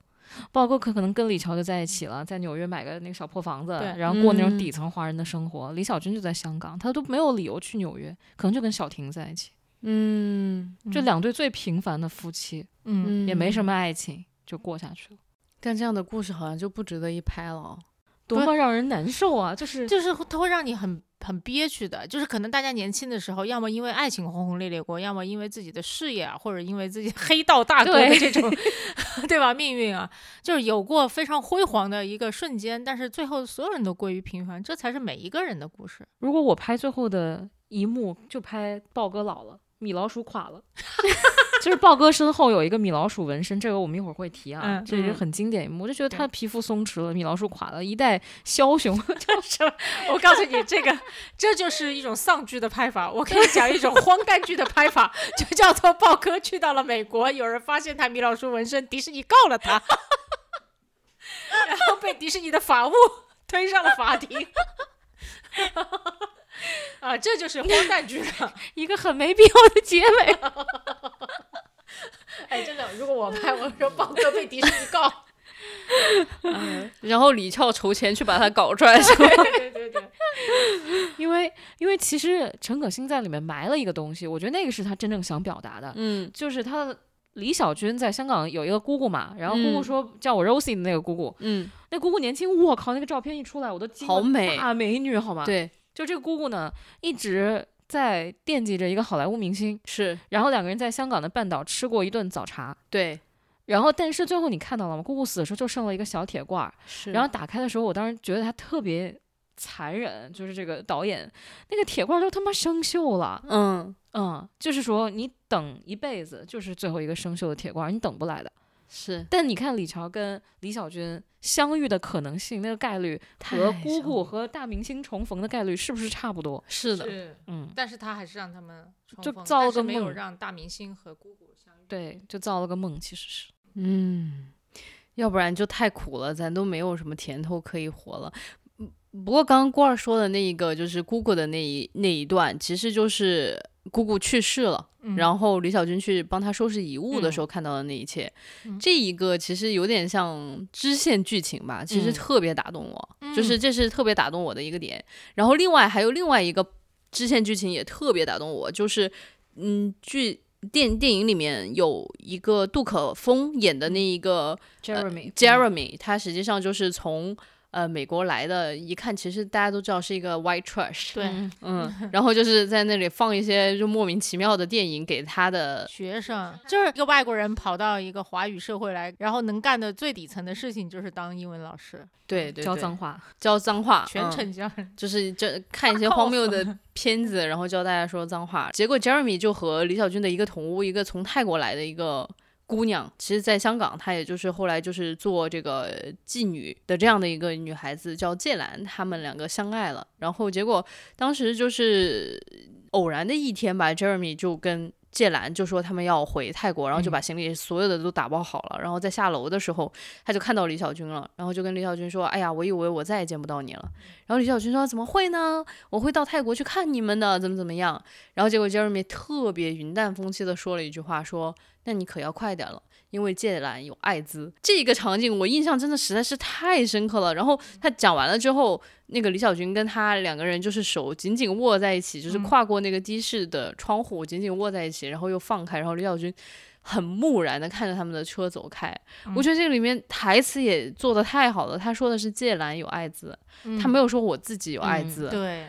C: 鲍哥可可能跟李乔就在一起了，在纽约买个那个小破房子
B: 对，
C: 然后过那种
B: 嗯
C: 底层华人的生活。李小军就在香港，他都没有理由去纽约，可能就跟小婷在一起。
A: 嗯
C: 这两对最平凡的夫妻，
B: 嗯，
C: 也没什
A: 么。
C: 么爱情，就过下去了，
A: 但这样的故事好像就不值得一拍了哦。
C: 多么让人难受啊！就是
B: 嗯就是会它会让你很很憋屈的，就是可能大家年轻的时候，要么因为爱情轰轰烈烈过，要么因为自己的事业啊，或者因为自 己黑道大哥的
C: 对
B: 这种， 对吧？命运啊，就是有过非常辉煌的一个瞬间，但是最后所有人都归于平凡，这才是每一个人的故事。
C: 如果我拍最后的一幕，就拍豹哥老了，米老鼠垮了。 就是豹哥身后有一个米老鼠纹身，这个我们一会儿会提啊，
B: 嗯
C: 这也是
A: 嗯
C: 很经典一幕。我就觉得
B: 对
C: 他皮肤松弛了，米老鼠垮了，一代枭雄。
B: 就是 我告诉你，这个这就是一种丧剧的拍法。我跟你讲一种荒诞剧的拍法， 就叫做豹哥去到了美国，有人发现他米老鼠纹身，迪士尼告了他， 然后被迪士尼的法务 推上了法庭。 啊，这就是荒诞剧了！
C: 一个很没必要的结尾。
B: 哎，真的，如果我拍，我说豹哥被迪士尼 告，
A: 然后李翘筹钱去把他搞出来，是 吧
B: 对对对，
C: 因为因为其实陈可辛在里面埋了一个东西，我觉得那个是他真正想表达的，
A: 嗯
C: 就是他的李小军在香港有一个姑姑嘛，然后姑姑
A: 嗯
C: 说叫我 Rosie 的那个姑姑，
A: 嗯，
C: 那姑姑年轻，我靠，那个照片一出来我都惊了
A: 好美
C: 大美女好吗？，
A: 对，
C: 就这个姑姑呢，一直在惦记着一个好莱坞明星，
A: 是
C: 然后两个人在香港的半岛吃过一顿早茶。
A: 对
C: 然后，但是最后你看到了吗？姑姑死的时候就剩了一个小铁罐儿，
A: 是，
C: 然后打开的时候，我当时觉得他特别残忍，就是这个导演那个铁罐都他妈生锈了，
A: 嗯
C: 嗯，就是说你等一辈子就是最后一个生锈的铁罐，你等不来的。
A: 是
C: 但你看李乔跟李小军相遇的可能性，那个概率和
A: 太
C: 姑
A: 小
C: 姑和大明星重逢的概率是不是差不多？
A: 是的，
B: 是，
C: 嗯，
B: 但是他还是让他们重
C: 就
B: 逢
C: 造
B: 但
C: 了
B: 是
C: 个
B: 没有
C: 梦
B: 让大明星和姑姑相遇。
C: 对，就造了个梦，其实是。
A: 嗯，要不然就太苦了，咱都没有什么甜头可以活了。嗯不过刚刚郭二说的那一个，就是姑姑的那一那一段，其实就是姑姑去世了，
B: 嗯
A: 然后李小军去帮她收拾遗物的时候看到的那一切，
B: 嗯
A: 这一个其实有点像支线剧情吧，其实
C: 嗯
A: 特别打动我，
B: 嗯
A: 就是这是特别打动我的一个点。然后另外还有另外一个支线剧情也特别打动我，就是嗯，剧电电影里面有一个杜可风演的那
B: 嗯
A: 一个
C: Jeremy，Jeremy，、
A: Jeremy，他嗯实际上就是从。呃，美国来的，一看其实大家都知道是一个 white trash，
B: 对
C: 嗯
A: 嗯，然后就是在那里放一些就莫名其妙的电影给他的，
B: 学生啊就是一个外国人跑到一个华语社会来，然后能干的最底层的事情就是当英文老师，
A: 对对
C: 教
A: 对
C: 脏话，
A: 教脏话，
B: 全
A: 嗯
B: 程教人。
A: 就是就看一些荒谬的片子，然后教大家说脏话。结果 Jeremy 就和李小军的一个同屋，一个从泰国来的一个姑娘，其实在香港，她也就是后来就是做这个妓女的这样的一个女孩子，叫芥兰，他们两个相爱了。然后结果当时就是偶然的一天吧，Jeremy 就跟。芥兰就说他们要回泰国，然后就把行李所有的都打包好了，然后在下楼的时候，他就看到李小军了，然后就跟李小军说：“哎呀，我以为我再也见不到你了。”然后李小军说：“怎么会呢？我会到泰国去看你们的，怎么怎么样。”然后结果 Jeremy 特别云淡风轻的说了一句话，说：“那你可要快点了，因为芥兰有艾滋。”这个场景我印象真的实在是太深刻了。然后他讲完了之后，那个李小军跟他两个人就是手紧紧握在一起，就是
B: 嗯
A: 跨过那个的士的窗户紧紧握在一起，然后又放开，然后李小军。很木然的看着他们的车走开，我觉得这里面台词也做的太好了。他说的是芥兰有艾滋，他没
B: 有
A: 有说我自己有艾滋，
B: 嗯对，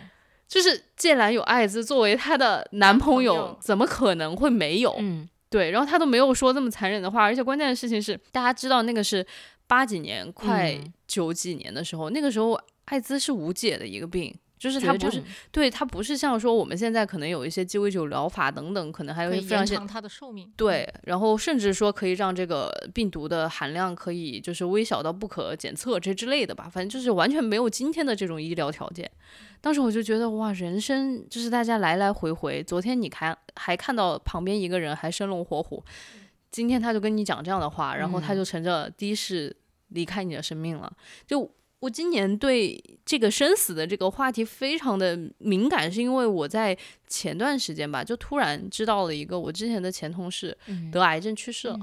A: 就是芥兰有艾滋，作为她的男朋
B: 男朋
A: 友
B: 友，
A: 怎么可能会没有？
C: 嗯，
A: 对，然后他都没有说这么残忍的话，而且关键的事情是，大家知道那个是八几年快
C: 嗯
A: 九几年的时候，那个时候艾滋是无解的一个病。就是它
C: 他
A: 不是，对它不是像说我们现在可能有一些鸡尾酒疗法等等，可能还有
B: 可
A: 一
B: 以
A: 些非常
B: 延
A: 些
B: 长他的寿命。
A: 对，然后甚至说可以让这个病毒的含量可以就是微小到不可检测这之类的吧，反正就是完全没有今天的这种医疗条件。当时我就觉得哇，人生就是大家来来回回。昨天你看还看到旁边一个人还生龙活虎，今天他就跟你讲这样的话，然后他
C: 嗯
A: 就乘着的士离开你的生命了。就我今年对这个生死的这个话题非常的敏感，是因为我在前段时间吧，就突然知道了一个我之前的前同事
C: 嗯
A: 得癌症去世了，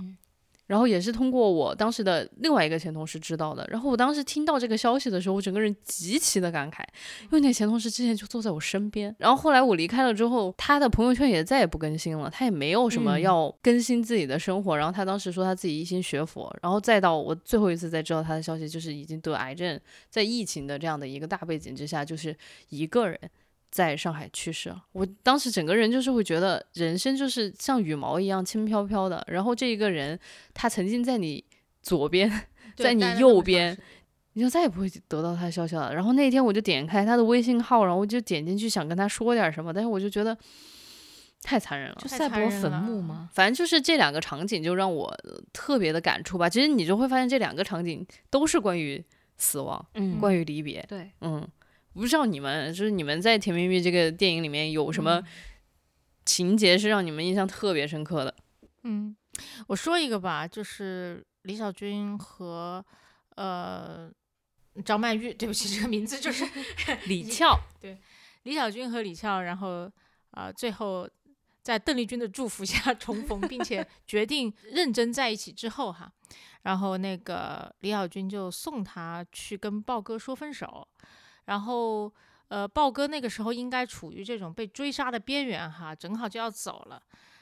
A: 然后也是通过我当时的另外一个前同事知道的。然后我当时听到这个消息的时候，我整个人极其的感慨，因为那前同事之前就坐在我身边，然后后来我离开了之后，他的朋友圈也再也不更新了，他也没有什么
B: 嗯
A: 要更新自己的生活。然后他当时说他自己一心学佛，然后再到我最后一次再知道他的消息，就是已经得癌症，在疫情的这样的一个大背景之下，就是一个人。在上海去世了，我当时整个人就是会觉得人生就是像羽毛一样轻飘飘的。然后这一个人，他曾经在你左边，
B: 对
A: 在你
B: 待了那
A: 右
B: 么长
A: 边
B: 时间
A: 你就再也不会得到他的消息了。然后那天我就点开他的微信号，然后我就点进去想跟他说点什么，但是我就觉得太残忍了啊
C: 就。
B: 太
C: 赛
B: 残
C: 博
B: 忍
C: 坟
B: 了
C: 墓吗？
A: 反正就是这两个场景就让我呃特别的感触吧。其实你就会发现这两个场景都是关于死亡，
C: 嗯
A: 关于离别。
C: 对，
A: 嗯，不知道你们就是你们在《甜蜜蜜》这个电影里面有什么情节是让你们印象特别深刻的？
B: 嗯，我说一个吧，就是李小军和呃张曼玉，对不起，这个名字就是
A: 李翘，
B: 李小军和李翘，然后啊、呃最后在邓丽君的祝福下 重逢，并且决定认真在一起之后哈，然后那个李小军就送她去跟豹哥说分手，然后呃，豹哥那个时候应该处于这种被追杀的边缘哈，正好就要走了。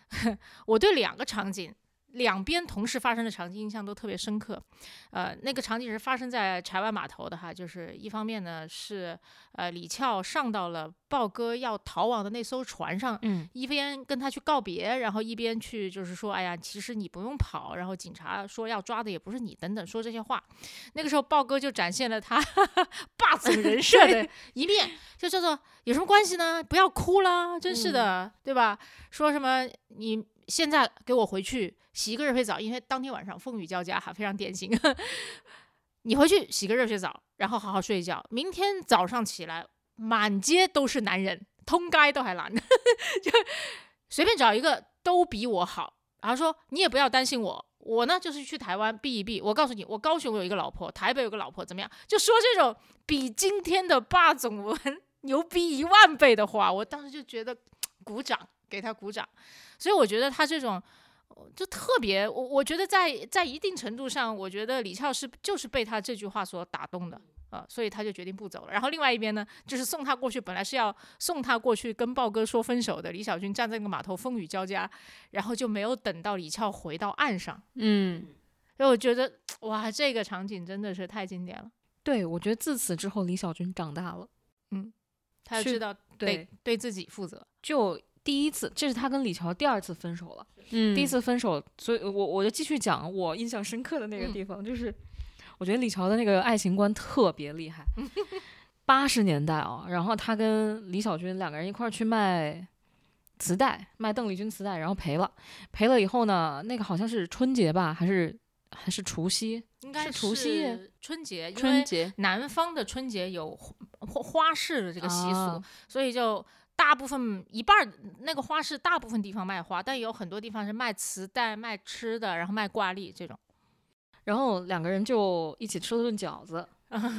B: 我对两个场景。两边同时发生的场景印象都特别深刻，呃，那个场景是发生在柴湾码头的哈，就是一方面呢是呃，李翘上到了豹哥要逃亡的那艘船上，
C: 嗯，
B: 一边跟他去告别，然后一边去就是说，哎呀，其实你不用跑，然后警察说要抓的也不是你，等等，说这些话。那个时候，豹哥就展现了他 霸总人设的一面，就叫做有什么关系呢？不要哭啦，真是的，对吧？说什么你现在给我回去洗一个热水澡，因为当天晚上风雨交加哈，非常典型。你回去洗个热水澡，然后好好睡一觉，明天早上起来满街都是男人，通街都还男的， 就随便找一个都比我好。然后说你也不要担心我，我呢就是去台湾避一避。我告诉你，我高雄有一个老婆，台北有个老婆，怎么样？就说这种比今天的霸总文牛逼一万倍的话，我当时就觉得鼓掌，给他鼓掌。所以我觉得他这种。就特别，我我觉得在在一定程度上，我觉得李翘是就是被他这句话所打动的啊、所以他就决定不走了。然后另外一边呢，就是送他过去，本来是要送他过去跟豹哥说分手的。李小军站在那个码头，风雨交加，然后就没有等到李翘回到岸上。
A: 嗯，
B: 所以我觉得，哇，这个场景真的是太经典了。
C: 对，我觉得自此之后，李小军长大了。
B: 他要
C: 是
B: 知道得
C: 对，
B: 对自己负责。
C: 就第一次，这是他跟李乔第二次分手了。
A: 嗯
C: 第一次分手，所以我我就继续讲我印象深刻的那个地方，就是我觉得李乔的那个爱情观特别厉害。八十年代啊、然后他跟李小军两个人一块儿去卖磁带，卖邓丽君磁带，然后赔了，赔了以后呢，那个好像是春节吧，还是还是除夕，
B: 应该
C: 是除夕夜
B: 是春节，因
A: 春
B: 为
A: 节，
B: 南方的春节有花花花市的这
C: 这
B: 个习俗，所以就大部分一半儿那个花市，大部分地方卖花，但也有很多地方是卖磁带、卖吃的，然后卖挂历这种。
C: 然后两个人就一起吃了顿饺子，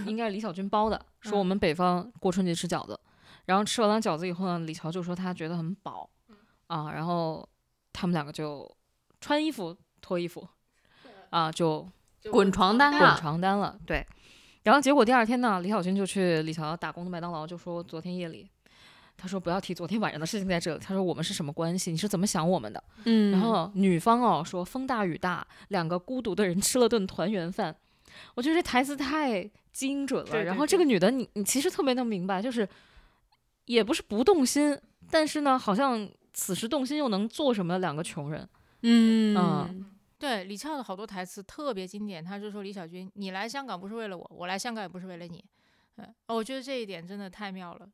C: 应该是李小军包的，说我们北方过春节吃饺子。然后吃完了饺子以后呢，李乔就说他觉得很饱，啊，然后他们两个就穿衣服脱衣服，啊，就
A: 滚床单
C: 滚
A: 啊
C: 床单了，对。然后结果第二天呢，李小军就去李乔打工的麦当劳，就说昨天夜里，他说不要提昨天晚上的事情在这里，他说我们是什么关系，你是怎么想我们的？
A: 嗯
C: 然后女方哦说风大雨大，两个孤独的人吃了顿团圆饭。我觉得这台词太精准了。
B: 对对
C: 然后这个女的你，你其实特别能明白，就是也不是不动心，但是呢，好像此时动心又能做什么？两个穷人，
A: 嗯
C: 嗯
B: 对李翘的好多台词特别经典，他就说李小军，你来香港不是为了我，我来香港也不是为了你。嗯，哦我觉得这一点真的太妙了。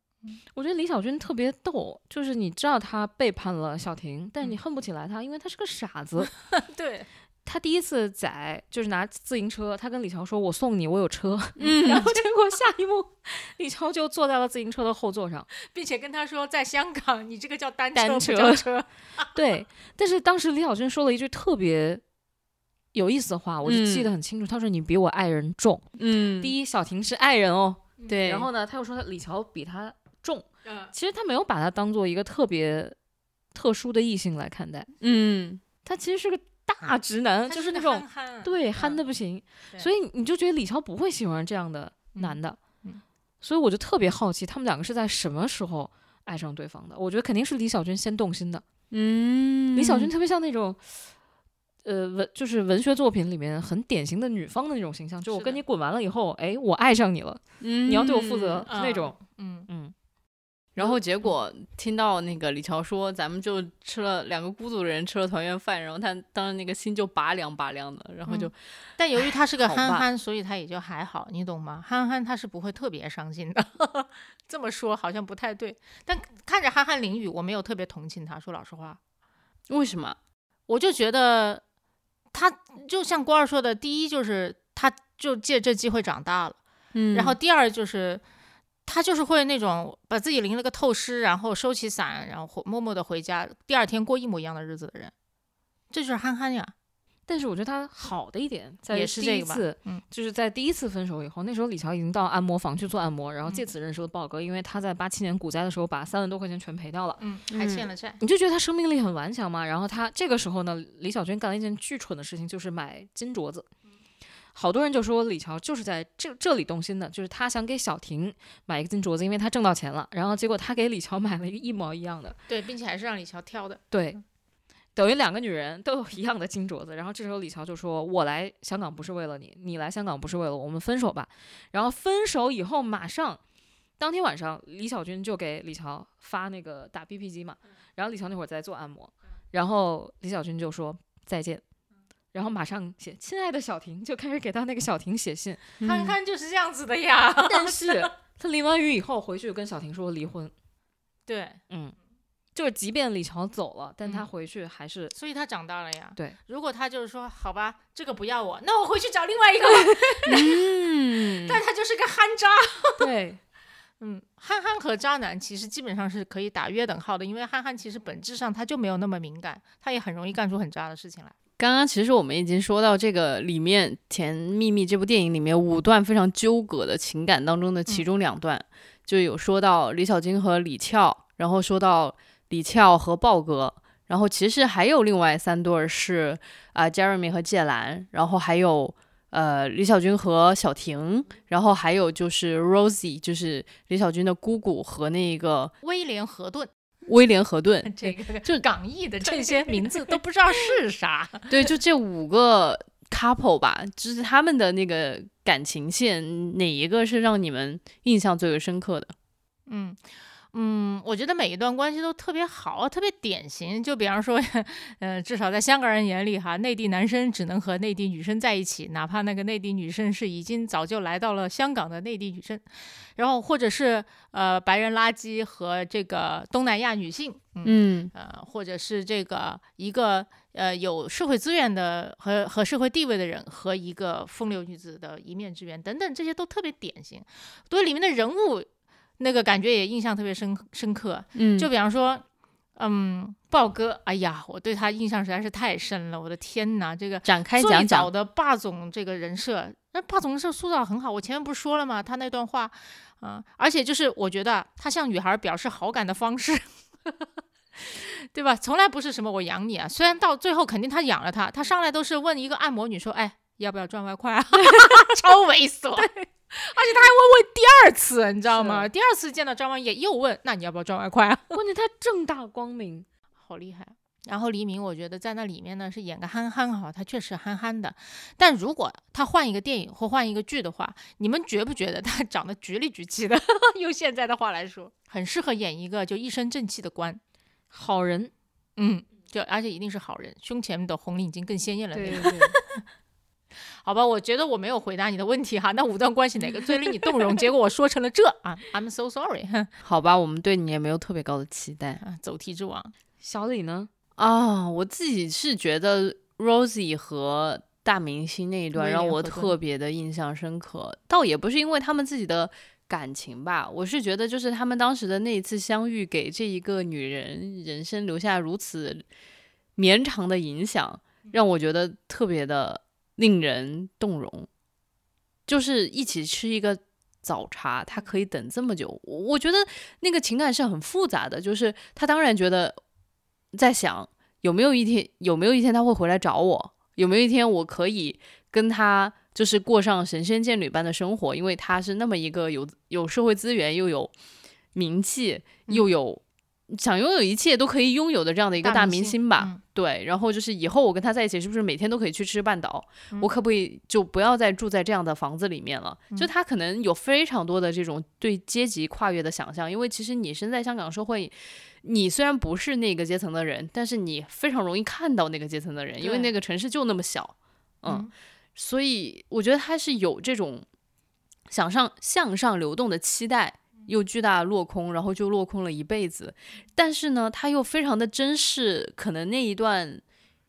C: 我觉得李小军特别逗，就是你知道他背叛了小婷，但是你
B: 嗯
C: 恨不起来他，因为他是个傻子。
B: 对，
C: 他第一次在就是拿自行车，他跟李乔说：“我送你，我有车。”然
A: 嗯，
C: 后结果下一幕，李乔就坐在了自行车的后座上。
B: 并且跟他说，在香港你这个叫单
C: 单
B: 车不
C: 车
B: 叫车。
C: 对，但是当时李小军说了一句特别有意思的话，我就
A: 嗯
C: 记得很清楚。他说：“你比我爱人重。
A: 嗯，
C: 第一，小婷是爱人哦。
A: 对，
C: 然后呢，他又说李乔比他重。
B: 嗯，
C: 其实他没有把他当做一个特别特殊的异性来看待，
A: 嗯
C: 他其实是个大大直男，就是那种对憨
B: 嗯
C: 的不行，
B: 对
C: 所以你就觉得李乔不会喜欢这样的男的，
B: 嗯
C: 所以我就特别好奇他们两个是在什么时候爱上对方的。我觉得肯定是李小军先动心的。
A: 嗯
C: 李小军特别像那种，呃，文就是文学作品里面很典型的女方的那种形象，就我
B: 是
C: 跟
B: 的
C: 你滚完了以后，哎，我爱上你了，你要对我负责、
B: 嗯
C: 那种。
B: 嗯，
C: 嗯，
A: 然后结果听到那个李乔说，咱们就吃了两个孤独的人吃了团圆饭，然后他当时那个心就拔凉拔凉的，然后就、
B: 但由于他是个
A: 好吧
B: 憨憨，所以他也就还好，你懂吗？憨憨他是不会特别伤心的。 这么说好像不太对，但看着憨憨淋雨，我没有特别同情他。说老实话，
A: 为什么？
B: 我就觉得他就像郭二说的，第一就是他就借这机会长大了。
A: 嗯
B: 然后第二就是，他就是会那种把自己淋了个透湿，然后收起伞，然后回默默的回家，第二天过一模一样的日子的人，这就是憨憨呀。
C: 但是我觉得他好的一点在于
B: 也是
C: 第
B: 这
C: 一
B: 个吧
C: 次
B: 嗯
C: 就是在第一次分手以后，那时候李乔已经到按摩房去做按摩，然后
B: 嗯
C: 借此认识了豹哥，因为他在八七年股灾的时候把三万多块钱全赔掉了。
B: 嗯，
A: 还
B: 还
A: 欠
B: 欠了债。
C: 你就觉得他生命力很顽强嘛？然后他这个时候呢，李小军干了一件巨蠢的事情，就是买金镯子。好多人就说李乔就是在这这里动心的，就是他想给小婷买一个金镯子，因为他挣到钱了。然后结果他给李乔买了一个一模一样的，
B: 对，并且还是让李乔挑的。
C: 对，等于两个女人都有一样的金镯子。然后这时候李乔就说：“我来香港不是为了你，你来香港不是为了我，我们分手吧。”然后分手以后，马上当天晚上，李小军就给李乔发那个打 BP 机嘛。然后李乔那会儿在做按摩，然后李小军就说再见。然后马上写“亲爱的小婷”，就开始给他那个小婷写信。
B: 憨憨就是这样子的呀。
C: 但是他淋完雨以后回去跟小婷说离婚，
B: 对，
C: 嗯，就是即便李乔走了，但他
B: 嗯
C: 回去还是
B: 所以他长大了呀。
C: 对，
B: 如果他就是说，好吧，这个不要我，那我回去找另外一个吧。
A: 嗯，
B: 但他就是个憨渣。
C: 对
B: 嗯，憨憨和渣男其实基本上是可以打约等号的，因为憨憨其实本质上他就没有那么敏感，他也很容易干出很渣的事情来。
A: 刚刚其实我们已经说到这个里面《甜蜜蜜》这部电影里面五段非常纠葛的情感当中的其中两段，就有说到李小军和李俏，然后说到李俏和豹哥，然后其实还有另外三对儿是啊、Jeremy 和芥兰，然后还有呃李小军和小婷，然后还有就是 Rosie，就是李小军的姑姑和那个
B: 威廉河顿。
A: 威廉河顿，
B: 这个
A: 就
B: 港译的 这些名字都不知道是啥。
A: 对，就这五个 couple 吧，就是他们的那个感情线，哪一个是让你们印象最为深刻的？
B: 嗯嗯，我觉得每一段关系都特别好，特别典型。就比方说， 呃，至少在香港人眼里哈，内地男生只能和内地女生在一起，哪怕那个内地女生是已经早就来到了香港的内地女生，然后或者是呃白人垃圾和这个东南亚女性，嗯
A: 嗯
B: 呃，或者是这个一个呃有社会资源的和和社会地位的人和一个风流女子的一面之缘等等，这些都特别典型。对里面的人物那个感觉也印象特别深深刻。
A: 嗯
B: 就比方说，嗯，豹哥，哎呀，我对他印象实在是太深了，我的天哪，这个
A: 展开
B: 最
A: 讲
B: 早
A: 讲。
B: 的霸总这个人设，那霸总人设塑造得很好。我前面不是说了吗？他那段话，嗯、而且就是我觉得他向女孩表示好感的方式， 对吧？从来不是什么我养你啊，虽然到最后肯定他养了她，他上来都是问一个按摩女说，哎，要不要赚外快啊？ 超猥琐。而且他还会问第二次，你知道吗？
C: 是
B: 第二次见到张曼也又问，那你要不要赚外快啊？
C: 关键他正大光明，
B: 好厉害。然后黎明，我觉得在那里面呢是演个憨憨哈，他确实憨憨的。但如果他换一个电影或换一个剧的话，你们觉不觉得他 长得橘里橘气的？ 用现在的话来说，很适合演一个就一身正气的官。
C: 好人。
B: 嗯，就而且一定是好人，胸前的红领巾更鲜艳了那种。
C: 对，
B: 好吧，我觉得我没有回答你的问题哈。那五段关系哪个最令你 动容？结果我说成了这啊，I'm so sorry
A: 好吧，我们对你也没有特别高的期待
B: 啊，走题之王。
C: 小李呢？
A: 啊。我自己是觉得 Rosie 和大明星那一段
B: 威
A: 让
B: 廉
A: 我
B: 和顿
A: 特别的印象深刻，倒也不是因为他们自己的感情吧，我是觉得就是他们当时的那一次相遇，给这一个女人人生留下如此绵长的影响，让我觉得特别的令人动容。就是一起吃一个早茶，他可以等这么久，我我觉得那个情感是很复杂的，就是他当然觉得在想。有没有一天有没有一天他会回来找我？有没有一天我可以跟他就是过上神仙眷侣般的生活？因为他是那么一个有有社会资源又有名气
B: 嗯
A: 又有。想拥有一切都可以拥有的这样的一个
B: 大
A: 大
B: 明
A: 明
B: 星
A: 星吧，
B: 嗯
A: 对。然后就是以后我跟他在一起，是不是每天都可以去吃半岛？我
B: 嗯
A: 可不可以就不要再住在这样的房子里面了？就
B: 嗯
A: 他可能有非常多的这种对阶级跨越的想象，因为其实你身在香港社会，你虽然不是那个阶层的人，但是你非常容易看到那个阶层的人，因为
B: 对
A: 那个城市就那么小，嗯，
B: 嗯
A: 所以我觉得他是有这种想上向上流动的期待，又巨大的落空，然后就落空了一辈子。但是呢，他又非常的珍视可能那一段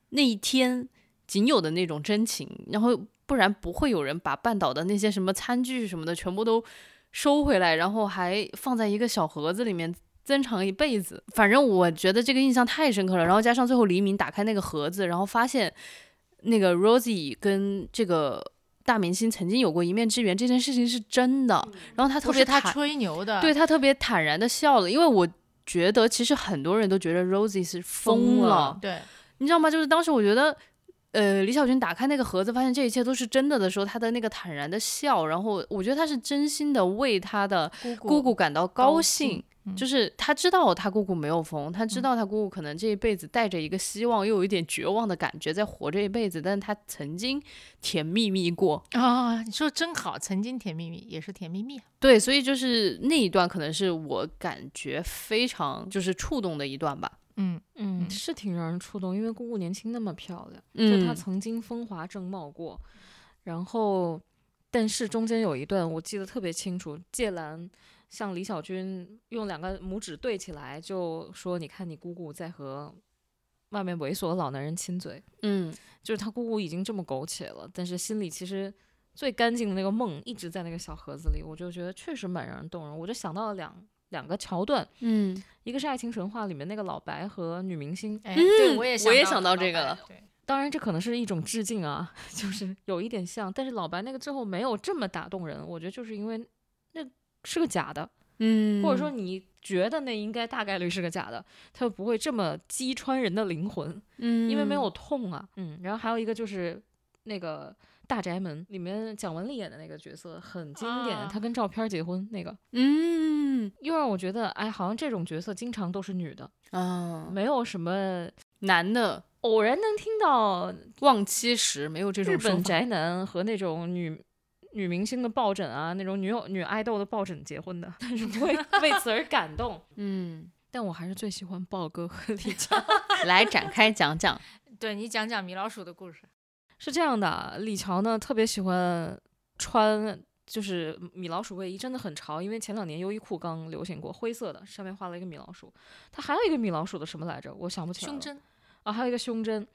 A: 那一天仅有的那种真情，然后不然不会有人把半岛的那些什么餐具什么的全部都收回来，然后还放在一个小盒子里面。珍藏一辈子，反正我觉得这个印象太深刻了。然后加上最后黎明打开那个盒子，然后发现那个 Rosie 跟这个大明星曾经有过一面之缘，这件事情是真的。然后他特
B: 嗯不
A: 别
B: 是他
A: 坦
B: 吹牛的，
A: 对他特别坦然的笑了，因为我觉得其实很多人都觉得 Rosie 是
C: 疯
A: 疯
C: 了
B: 对，
A: 你知道吗？就是当时我觉得，呃，李小军打开那个盒子，发现这一切都是真的的时候，他的那个坦然的笑，然后我觉得他是真心的为他的
B: 姑姑
A: 姑姑感到高
B: 高
A: 兴。
B: 兴嗯
A: 就是他知道他姑姑没有疯，他知道他姑姑可能这一辈子带着一个希望，又有一点绝望的感觉在活这一辈子，但是他曾经甜蜜蜜过，
B: 啊，你说真好，曾经甜蜜蜜也是甜蜜蜜啊，
A: 对，所以就是那一段可能是我感觉非常就是触动的一段吧。
B: 嗯
C: 嗯，
B: 嗯
C: 是挺让人触动，因为姑姑年轻那么漂亮，就她
A: 嗯，
C: 曾经风华正茂过，然后但是中间有一段我记得特别清楚，芥兰向李小军用两个拇指对起来，就说：“你看你姑姑在和外面猥琐的老男人亲嘴。”
A: 嗯，
C: 就是他姑姑已经这么苟且了，但是心里其实最干净的那个梦一直在那个小盒子里，我就觉得确实蛮让人动容。我就想到了两两个桥段，
A: 嗯，
C: 一个是《爱情神话》里面那个老白和女明星，
B: 哎，对，
A: 嗯
B: 我也
A: 我也
B: 想
A: 想
B: 到
A: 到
B: 老
A: 这个
B: 白
A: 了，
B: 对
C: 当然这可能是一种致敬啊， 就是有一点像，但是老白那个最后没有这么打动人，我觉得就是因为那是个假的，
A: 嗯，
C: 或者说你觉得那应该大概率是个假的，他就不会这么击穿人的灵魂。
A: 嗯，
C: 因为没有痛啊。嗯，然后还有一个就是那个大宅门里面蒋雯丽演的那个角色很经典，
B: 啊
C: 她跟赵片结婚那个，
A: 嗯
C: 又让我觉得哎，好像这种角色经常都是女的，
A: 啊，
C: 没有什么
A: 男的
C: 偶然能听到
A: 忘七十没有这种
C: 日
A: 说
C: 本
A: 法
C: 宅男和那种女。女明星的抱枕啊，那种女偶女爱豆的抱枕结婚的，但是 不会为此而感动。
A: 嗯，
C: 但我还是最喜欢豹哥 和李乔。
A: 来展开讲 讲，
B: 对你讲讲米老鼠的故事，
C: 是这样的，李乔呢特别喜欢穿就是嗯米老鼠卫衣，真的很潮。因为前两年优衣库刚流行过灰色的，上面画了一个米老鼠。它还有一个米老鼠的什么来着？我想不起来了。
B: 胸针，
C: 啊，还有一个胸针。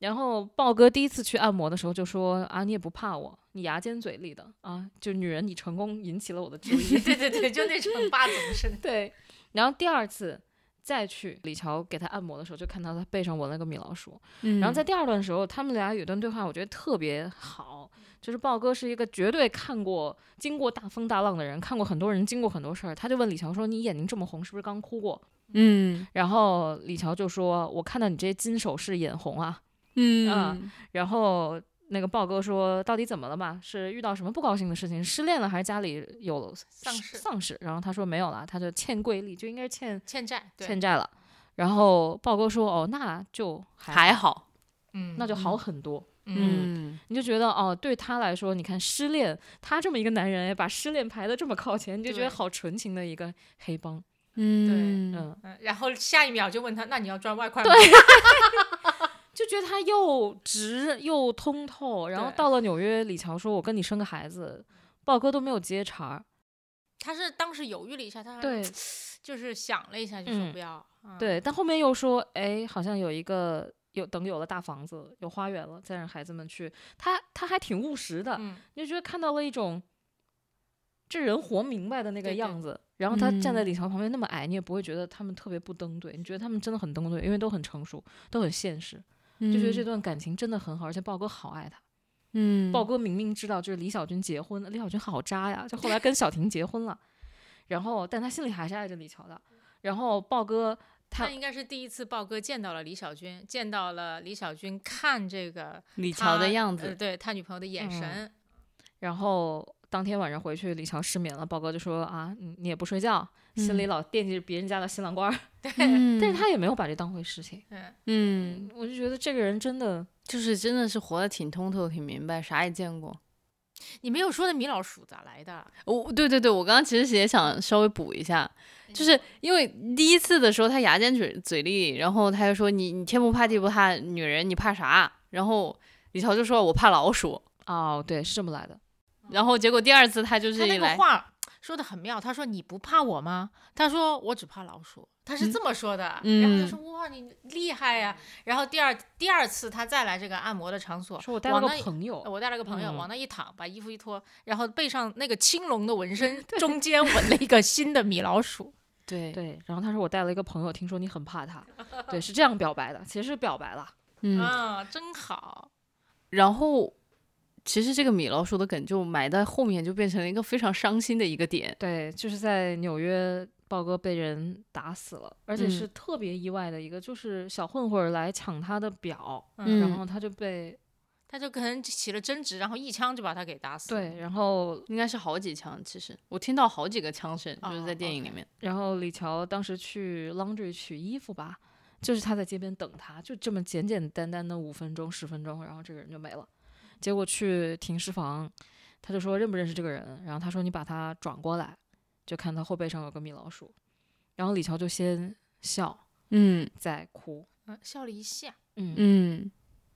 C: 然后豹哥第一次去按摩的时候就说啊，你也不怕我，你牙尖嘴利的啊，就女人，你成功引起了我的注 意。
B: 对对对，就那种霸总式的，
C: 对，然后第二次再去李乔给他按摩的时候，就看到他背上纹了个米老鼠。
A: 嗯
C: 然后在第二段的时候，他们俩有一段对话，我觉得特别好。就是豹哥是一个绝对看过、经过大风大浪的人，看过很多人，经过很多事儿。他就问李乔说：“你眼睛这么红，是不是刚哭过
A: 嗯？”
C: 然后李乔就说：“我看到你这些金首饰眼红啊。
A: 嗯
C: 啊然后那个豹哥说：“到底怎么了嘛？是遇到什么不高兴的事情？失恋了还是家里有
B: 丧事
C: 丧事？”然后他说：“没有啦，他就欠贵利，就应该是欠
B: 欠债，对，
C: 欠债了。”然后豹哥说：“哦，那就还
A: 还好，
B: 嗯，
C: 那就好很多。”
B: 嗯，
C: 你就觉得哦，对他来说，你看失恋，他这么一个男人，哎，把失恋排的这么靠前，你就觉
B: 对
C: 得好纯情的一个黑帮，
A: 嗯
C: 嗯，
B: 嗯，然后下一秒就问他，那你要赚外快吗？
C: 对就觉得他又直又通透。然后
B: 对
C: 到了纽约，李乔说：“我跟你生个孩子。”豹哥都没有接茬儿，
B: 他是当时犹豫了一下，他还
C: 对
B: 就是想了一下，就说
C: 嗯
B: 不要，嗯，
C: 对，但后面又说：“哎，好像有一个有等有了大房子，有花园了，再让孩子们去。他”他还挺务实的，
B: 嗯，
C: 你就觉得看到了一种这人活明白的那个
B: 对对
C: 样子。然后他站在
A: 嗯
C: 李乔旁边那么矮，你也不会觉得他们特别不登对，你觉得他们真的很登对，因为都很成熟，都很现实，
A: 嗯
C: 就觉得这段感情真的很好，而且豹哥好爱他。
A: 嗯
C: 豹哥明明知道就是李小军结婚了，李小军好渣呀，就后
A: 嗯
C: 来跟小婷结婚了，然后但他心里还是爱着李乔的。然后豹哥
B: 他应该是第一次豹哥见到了李小军，见到了李小军看这个
A: 李
B: 他
A: 乔的样
B: 呃
A: 子，嗯
B: 对他女朋友的眼神，
C: 然后当天晚上回去，李乔失眠了，豹哥就说啊，你你也不睡觉，心里
A: 嗯
C: 老惦记着别人家的新郎官儿，
A: 嗯
C: 但是他也没有把这当回事情。
B: 嗯，
A: 嗯，
C: 我就觉得这个人真的，
A: 就是真的是活得挺通透、挺明白，啥也见过。
B: 你没有说那米老鼠咋来的？
A: 我、对对对，我刚刚其实也想稍微补一下，就是因为第一次的时候他牙尖嘴嘴利，然后他就说你你天不怕地不怕，女人你怕啥？然后李乔就说我怕老鼠，
C: 哦，对，是这么来的。
A: 然后结果第二次他就是
B: 他
A: 一
B: 那
A: 来
B: 个话说的很妙，他说你不怕我吗？他说我只怕老鼠，他是这么说的。
A: 嗯
B: 然后他说哇你厉害呀、然后第二第二次他再来这个按摩的场所，
C: 说我带了
B: 往
C: 个
B: 那一
C: 朋友
B: 呃，我带了个朋友
C: 嗯
B: 往那一躺，把衣服一脱，然后背上那个青龙的 纹身中间纹了一个新的米老鼠。
A: 对
C: 对，然后他说我带了一个朋友，听说你很怕 他，对，是这样表白的，其实是表白 了。
A: 嗯，
B: 啊，真好。
A: 然后其实这个米老鼠的梗就埋在后面，就变成了一个非常伤心的一个点。
C: 对，就是在纽约，豹哥被人打死了，而且
A: 嗯
C: 是特别意外的一个，就是小混混儿来抢他的表，
A: 嗯
C: 然后他就被
B: 他就可能起了争执，然后一枪就把他给打死。
C: 对，，然后
A: 应该是好几枪，其实我听到好几个枪声，就是
B: 哦
A: 在电影
B: ，OK
A: 里面。
C: 然后李乔当时去 laundry 取衣服吧，就是他在街边等他，就这么简简单单的五分钟十分钟，然后这个人就没了。结果去停尸房，他就说认不认识这个人，然后他说你把他转过来，就看他后背上有个米老鼠，然后李乔就先笑
A: 嗯
C: 再哭，
B: 嗯，笑了一下。
C: 嗯
A: 嗯，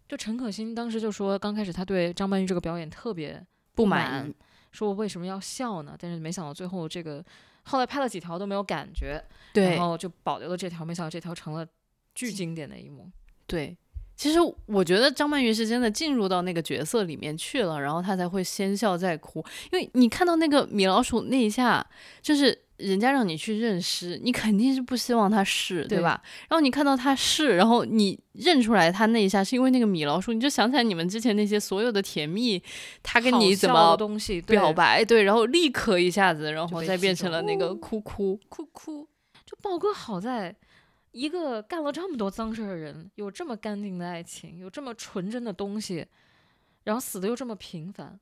C: 就陈可辛当时就说，刚开始他对张曼玉这个表演特别
A: 不
C: 满
A: 满，
C: 说我为什么要笑呢？但是没想到最后这个，后来拍了几条都没有感觉，
A: 对
C: 然后就保留了这条，没想到这条成了巨经典的一幕。
A: 对。其实我觉得张曼玉是真的进入到那个角色里面去了，然后她才会先笑再哭。因为你看到那个米老鼠那一下，就是人家让你去认尸，你肯定是不希望他是，对
C: 对
A: 吧？然后你看到他是，然后你认出来他那一下是因为那个米老鼠，你就想起来你们之前那些所有的甜蜜，他跟
C: 好
A: 你怎
C: 笑
A: 么
C: 的东西对
A: 表白，对，然后立刻一下子，然
C: 就
A: 后
C: 被哦
A: 再
C: 击
A: 变成
C: 中
A: 了那个哭哭。
B: 哭哭，
C: 就豹哥好在一个干了这么多脏事儿的人，有这么干净的爱情，有这么纯真的东西，然后死的又这么平凡，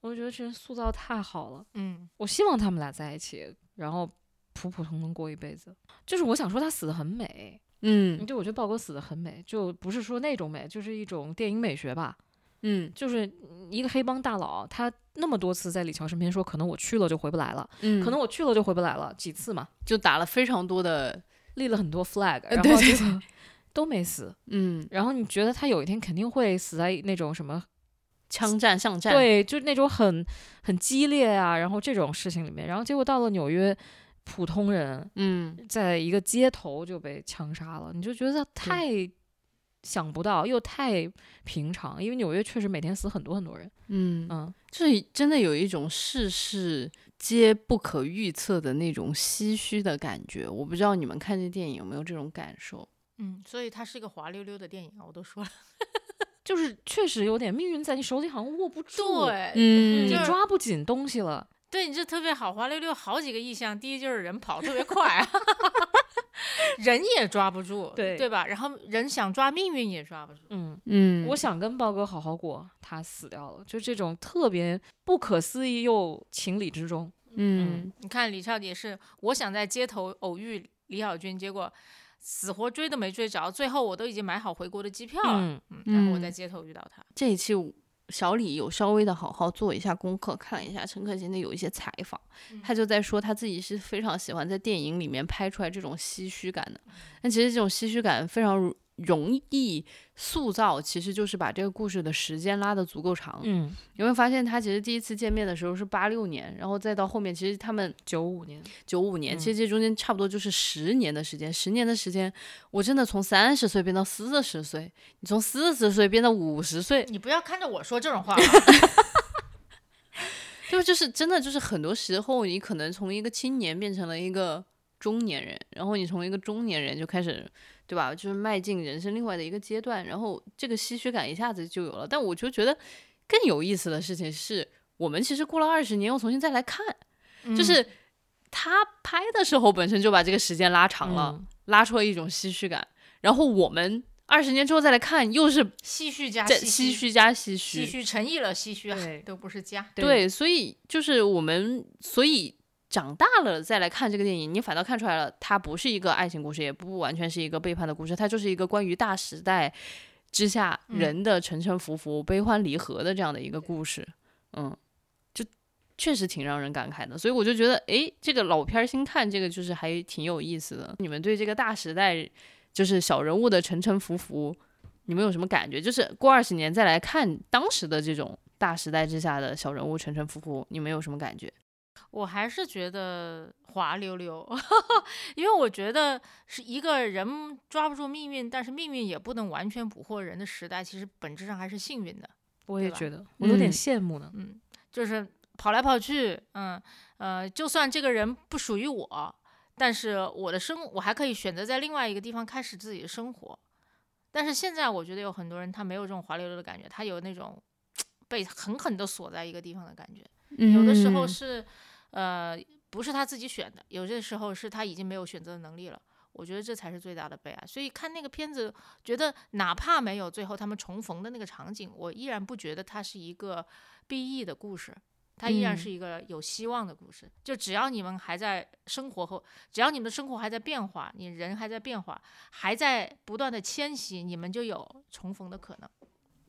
C: 我就觉得这人塑造太好了。
B: 嗯，
C: 我希望他们俩在一起，然后普普通通过一辈子。就是我想说，他死的很美。
A: 嗯
C: 对，我觉得豹哥死的很美，就不是说那种美，就是一种电影美学吧。
A: 嗯
C: 就是一个黑帮大佬，他那么多次在李乔身边说，可能我去了就回不来了，
A: 嗯，
C: 可能我去了就回不来了，几次嘛，
A: 就打了非常多的
C: 立了很多 flag，然后
A: 呃对对
C: 结果 都没死。
A: 嗯
C: 然后你觉得他有一天肯定会死在那种什么？
A: 枪战巷战。
C: 对，就是那种很很激烈啊，然后这种事情里面，然后结果到了纽约，普通人
A: 嗯，
C: 在一个街头就被枪杀了，你就觉得太想不到，又太平常，因为纽约确实每天死很多很多人。
A: 嗯嗯，
C: 嗯，
A: 这真的有一种世事皆不可预测的那种唏嘘的感觉。我不知道你们看这电影有没有这种感受？
B: 嗯，所以它是一个滑溜溜的电影啊，我 都说了。
C: 就是确实有点命运在你手里好像握不住，
B: 对，
A: 嗯
C: 你
B: 就是
C: 抓不紧东西了。
B: 对你这特别好，滑溜溜好几个意象，第一就是人跑特别快，啊 人也抓不住，
C: 对
B: 对吧？然后人想抓命运也抓不住，
C: 嗯，
A: 嗯，
C: 我想跟豹哥好好过，他死掉了，就这种特别不可思议又情理之中。
A: 嗯
B: 你看李少也是，我想在街头偶遇李小军，结果死活追都没追着，最后我都已经买好回国的机票了，
C: 嗯，
B: 嗯然后我
A: 嗯
B: 在街头遇到他，
A: 这一期我小李有稍微的好好做一下功课，看了一下陈可辛的有一些采访，他就在说他自己是非常喜欢在电影里面拍出来这种唏嘘感的。但其实这种唏嘘感非常容容易塑造，其实就是把这个故事的时间拉得足够长。
C: 嗯，
A: 你会发现，他其实第一次见面的时候是八六年，然后再到后面，其实他们
C: 九五年，
A: 九五年，
C: 嗯
A: 其实这中间差不多就是十年的时间。十年的时间，我真的从三十岁变到四十岁，你从四十岁变到五十岁，
B: 你不要看着我说这种 话啊，
A: 就就是真的就是很多时候，你可能从一个青年变成了一个中年人，然后你从一个中年人就开始，对吧？就是迈进人生另外的一个阶段，然后这个唏嘘感一下子就有了。但我就觉得更有意思的事情是，我们其实过了二十年又重新再来看，就
B: 嗯
A: 是他拍的时候本身就把这个时间拉长了，
C: 嗯
A: 拉出了一种唏嘘感。然后我们二十年之后再来看，又是
B: 唏嘘加
A: 在
B: 嗯唏
A: 唏，嘘加唏
B: 唏
A: 嘘。
B: 嘘诚意了，唏嘘啊
C: 对
B: 都不是加。
C: 对
A: 对，所以就是我们，所以长大了再来看这个电影，你反倒看出来了，它不是一个爱情故事，也不完全是一个背叛的故事，它就是一个关于大时代之下
B: 嗯
A: 人的沉沉浮浮、悲欢离合的这样的一个故事。嗯，就确实挺让人感慨的。所以我就觉得，诶，这个老片儿新看这个就是还挺有意思的。你们对这个大时代，就是小人物的沉沉浮浮，你们有什么感觉？就是过二十年再来看当时的这种大时代之下的小人物沉沉浮浮，你们有什么感觉？
B: 我还是觉得滑溜溜， 因为我觉得是一个人抓不住命运，但是命运也不能完全捕获人的时代，其实本质上还是幸运的。
C: 我
B: 对
C: 也
B: 吧
C: 觉得，我有点
A: 嗯
C: 羡慕呢。
B: 嗯，就是跑来跑去，嗯呃，就算这个人不属于我，但是我的生我还可以选择在另外一个地方开始自己的生活。但是现在我觉得有很多人他没有这种滑溜溜的感觉，他有那种被狠狠的锁在一个地方的感觉。有的时
A: 嗯
B: 候是，呃，不是他自己选的，有些时候是他已经没有选择的能力了。我觉得这才是最大的悲哀。所以看那个片子，觉得哪怕没有最后他们重逢的那个场景，我依然不觉得它是一个 BE 的故事，它依然
A: 嗯
B: 是一个有希望的故事。就只要你们还在生活后，只要你们的生活还在变化，你人还在变化，还在不断的迁徙，你们就有重逢的可能。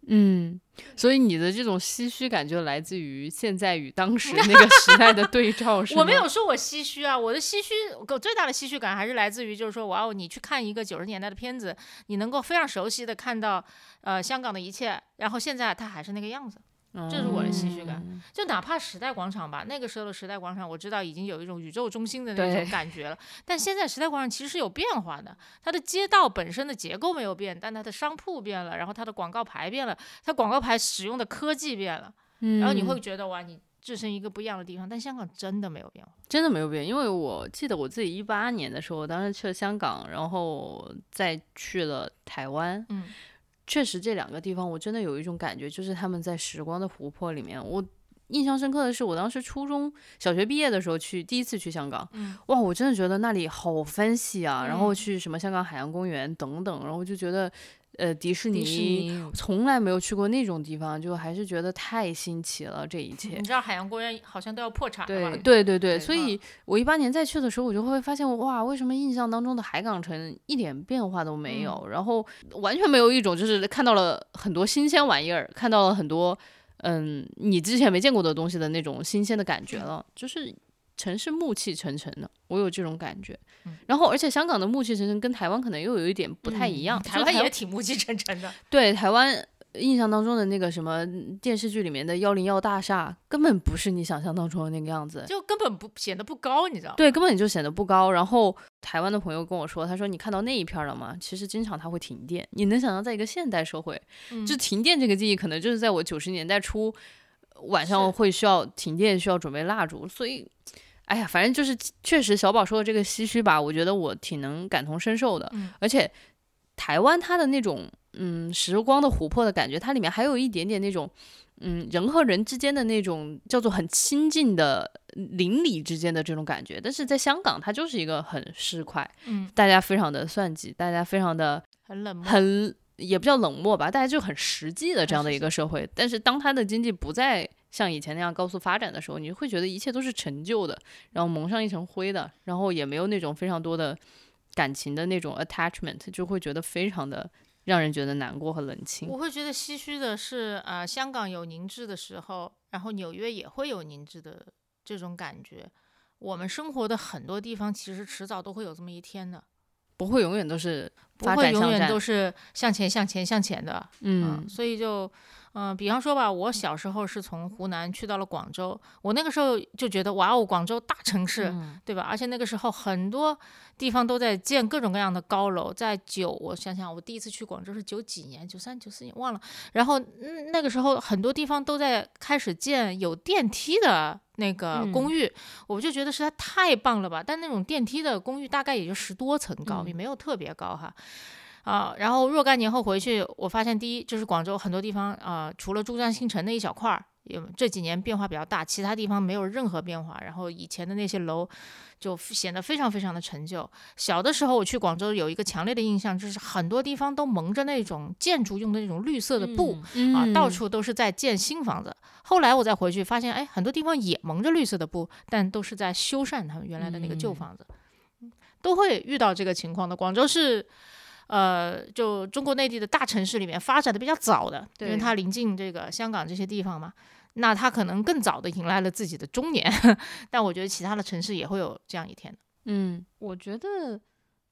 A: 嗯，所以你的这种唏嘘感就来自于现在与当时那个时代的对 照，是吗？
B: 我没有说我唏嘘啊，我的唏嘘，我最大的唏嘘感还是来自于，就是说，哇哦，你去看一个九十年代的片子，你能够非常熟悉的看到，呃，香港的一切，然后现在它还是那个样子，
A: 嗯，
B: 这是我的唏嘘感。就哪怕时代广场吧，那个时候的时代广场，我知道已经有一种宇宙中心的那
C: 对
B: 种感觉了，但现在时代广场其实是有变化的，它的街道本身的结构没有变，但它的商铺变了，然后它的广告牌变了，它广告牌使用的科技变了，
A: 嗯，
B: 然后你会觉得哇，你置身一个不一样的地方，但香港真的没有变化。
A: 真的没有变，因为我记得我自己一八年的时候，我当时去了香港，然后再去了台湾，
B: 嗯，
A: 确实这两个地方我真的有一种感觉，就是他们在时光的湖泊里面。我印象深刻的是，我当时初中小学毕业的时候去第一次去香港，
B: 嗯，
A: 哇，我真的觉得那里好 fancy 啊，然后
B: 嗯
A: 去什么香港海洋公园等等，然后就觉得呃迪士尼。
C: 迪士尼
A: 从来没有去过那种地方，就还是觉得太新奇了，这一切
B: 你。知道海洋公园好像都要破产了吧？
C: 对
A: 对对对，
B: 对
A: 所
B: 嗯
A: 以我一八年再去的时候，我就会发现，哇，为什么印象当中的海港城一点变化都没有，
B: 嗯
A: 然后完全没有一种就是看到了很多新鲜玩意儿，看到了很多嗯你之前没见过的东西的那种新鲜的感觉了，就是城市暮气沉沉的，我有这种感觉。
B: 嗯
A: 然后，而且香港的暮气沉沉跟台湾可能又有一点不太一样，
B: 嗯台
A: 就
B: 湾也挺暮气沉 沉的。
A: 对台湾印象当中的那个什么电视剧里面的幺零幺大厦，根本不是你想象当中的那个样子。
B: 就根本不显得不高，你知道吗？
A: 对，根本就显得不高。然后台湾的朋友跟我说，他说你看到那一片儿了吗？其实经常它会停电。你能想象，在一个现代社会，
B: 嗯
A: 就停电这个记忆，可能就是在我九十年代初晚上
B: 是
A: 会需要停电，需要准备蜡烛。所以，哎呀，反正就是确实小宝说的这个唏嘘吧，我觉得我挺能感同身受的。
B: 嗯
A: 而且台湾它的那种嗯时光的琥珀的感觉，它里面还有一点点那种嗯人和人之间的那种叫做很亲近的嗯邻里之间的这种感觉，但是在香港它就是一个很市侩，
B: 嗯，
A: 大家非常的算计，大家非常的
B: 很冷漠。
A: 很也不叫冷漠吧，大家就很实际的这样的一个社会。但是当它的经济不再像以前那样高速发展的时候，你会觉得一切都是陈旧的，然后蒙上一层灰的，然后也没有那种非常多的感情的那种 attachment，就会觉得非常的让人觉得难过和冷清。
B: 我会觉得唏嘘的是，呃，香港有凝滞的时候，然后纽约也会有凝滞的这种感觉。我们生活的很多地方，其实迟早都会有这么一天的，
A: 不会永远都是
B: 不
A: 发
B: 会
A: 展
B: 永
A: 向
B: 远
A: 战，
B: 都是向前、向前、向前的。
A: 嗯
B: 所以就，嗯、比方说吧，我小时候是从湖南去到了广州，我那个时候就觉得，哇哦，广州大城市，
C: 嗯
B: 对吧？而且那个时候很多地方都在建各种各样的高楼，在九，我想想，我第一次去广州是九几年，九三、九四年忘了。然后嗯那个时候很多地方都在开始建有电梯的那个公寓，我就觉得实在太棒了吧！但那种电梯的公寓大概也就十多层高，
A: 嗯
B: 也没有特别高哈。啊。然后若干年后回去，我发现第一就是广州很多地方啊、除了珠江新城那一小块儿，也这几年变化比较大，其他地方没有任何变化。然后以前的那些楼就显得非常非常的陈旧。小的时候我去广州有一个强烈的印象，就是很多地方都蒙着那种建筑用的那种绿色的布。
A: 嗯
B: 啊，到处都是在建新房子。后来我再回去发现，哎，很多地方也蒙着绿色的布，但都是在修缮他们原来的那个旧
C: 嗯
B: 房子，都会遇到这个情况的。广州是，呃，就中国内地的大城市里面发展的比较早的，因为
C: 对
B: 它临近这个香港这些地方嘛。那它可能更早的迎来了自己的中年， 但我觉得其他的城市也会有这样一天的。
A: 嗯
C: 我觉得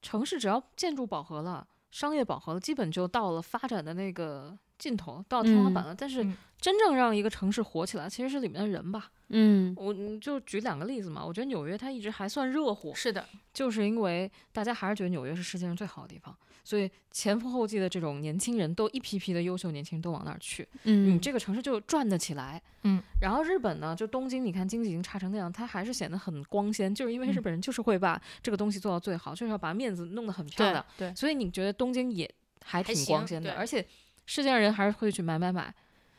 C: 城市只要建筑饱和了，商业饱和了，基本就到了发展的那个尽头，到天花板了。但是
B: 嗯
C: 真正让一个城市火起来，其实是里面的人吧。
A: 嗯
C: 我嗯就举两个例子嘛，我觉得纽约它一直还算热火，
B: 是的，
C: 就是因为大家还是觉得纽约是世界上最好的地方，所以前赴后继的这种年轻人都一批批的优秀年轻人都往那儿去，你
A: 嗯，
C: 这个城市就转得起来。
B: 嗯，
C: 然后日本呢，就东京，你看经济已经差成那样，它还是显得很光鲜，就是因为日
B: 嗯
C: 本人就是会把这个东西做到最好，就是要把面子弄得很漂
B: 对
C: 亮。
B: 对，
C: 所以你觉得东京也还挺
B: 行
C: 光鲜的，
B: 对
C: 而且世界上人还是会去买买买。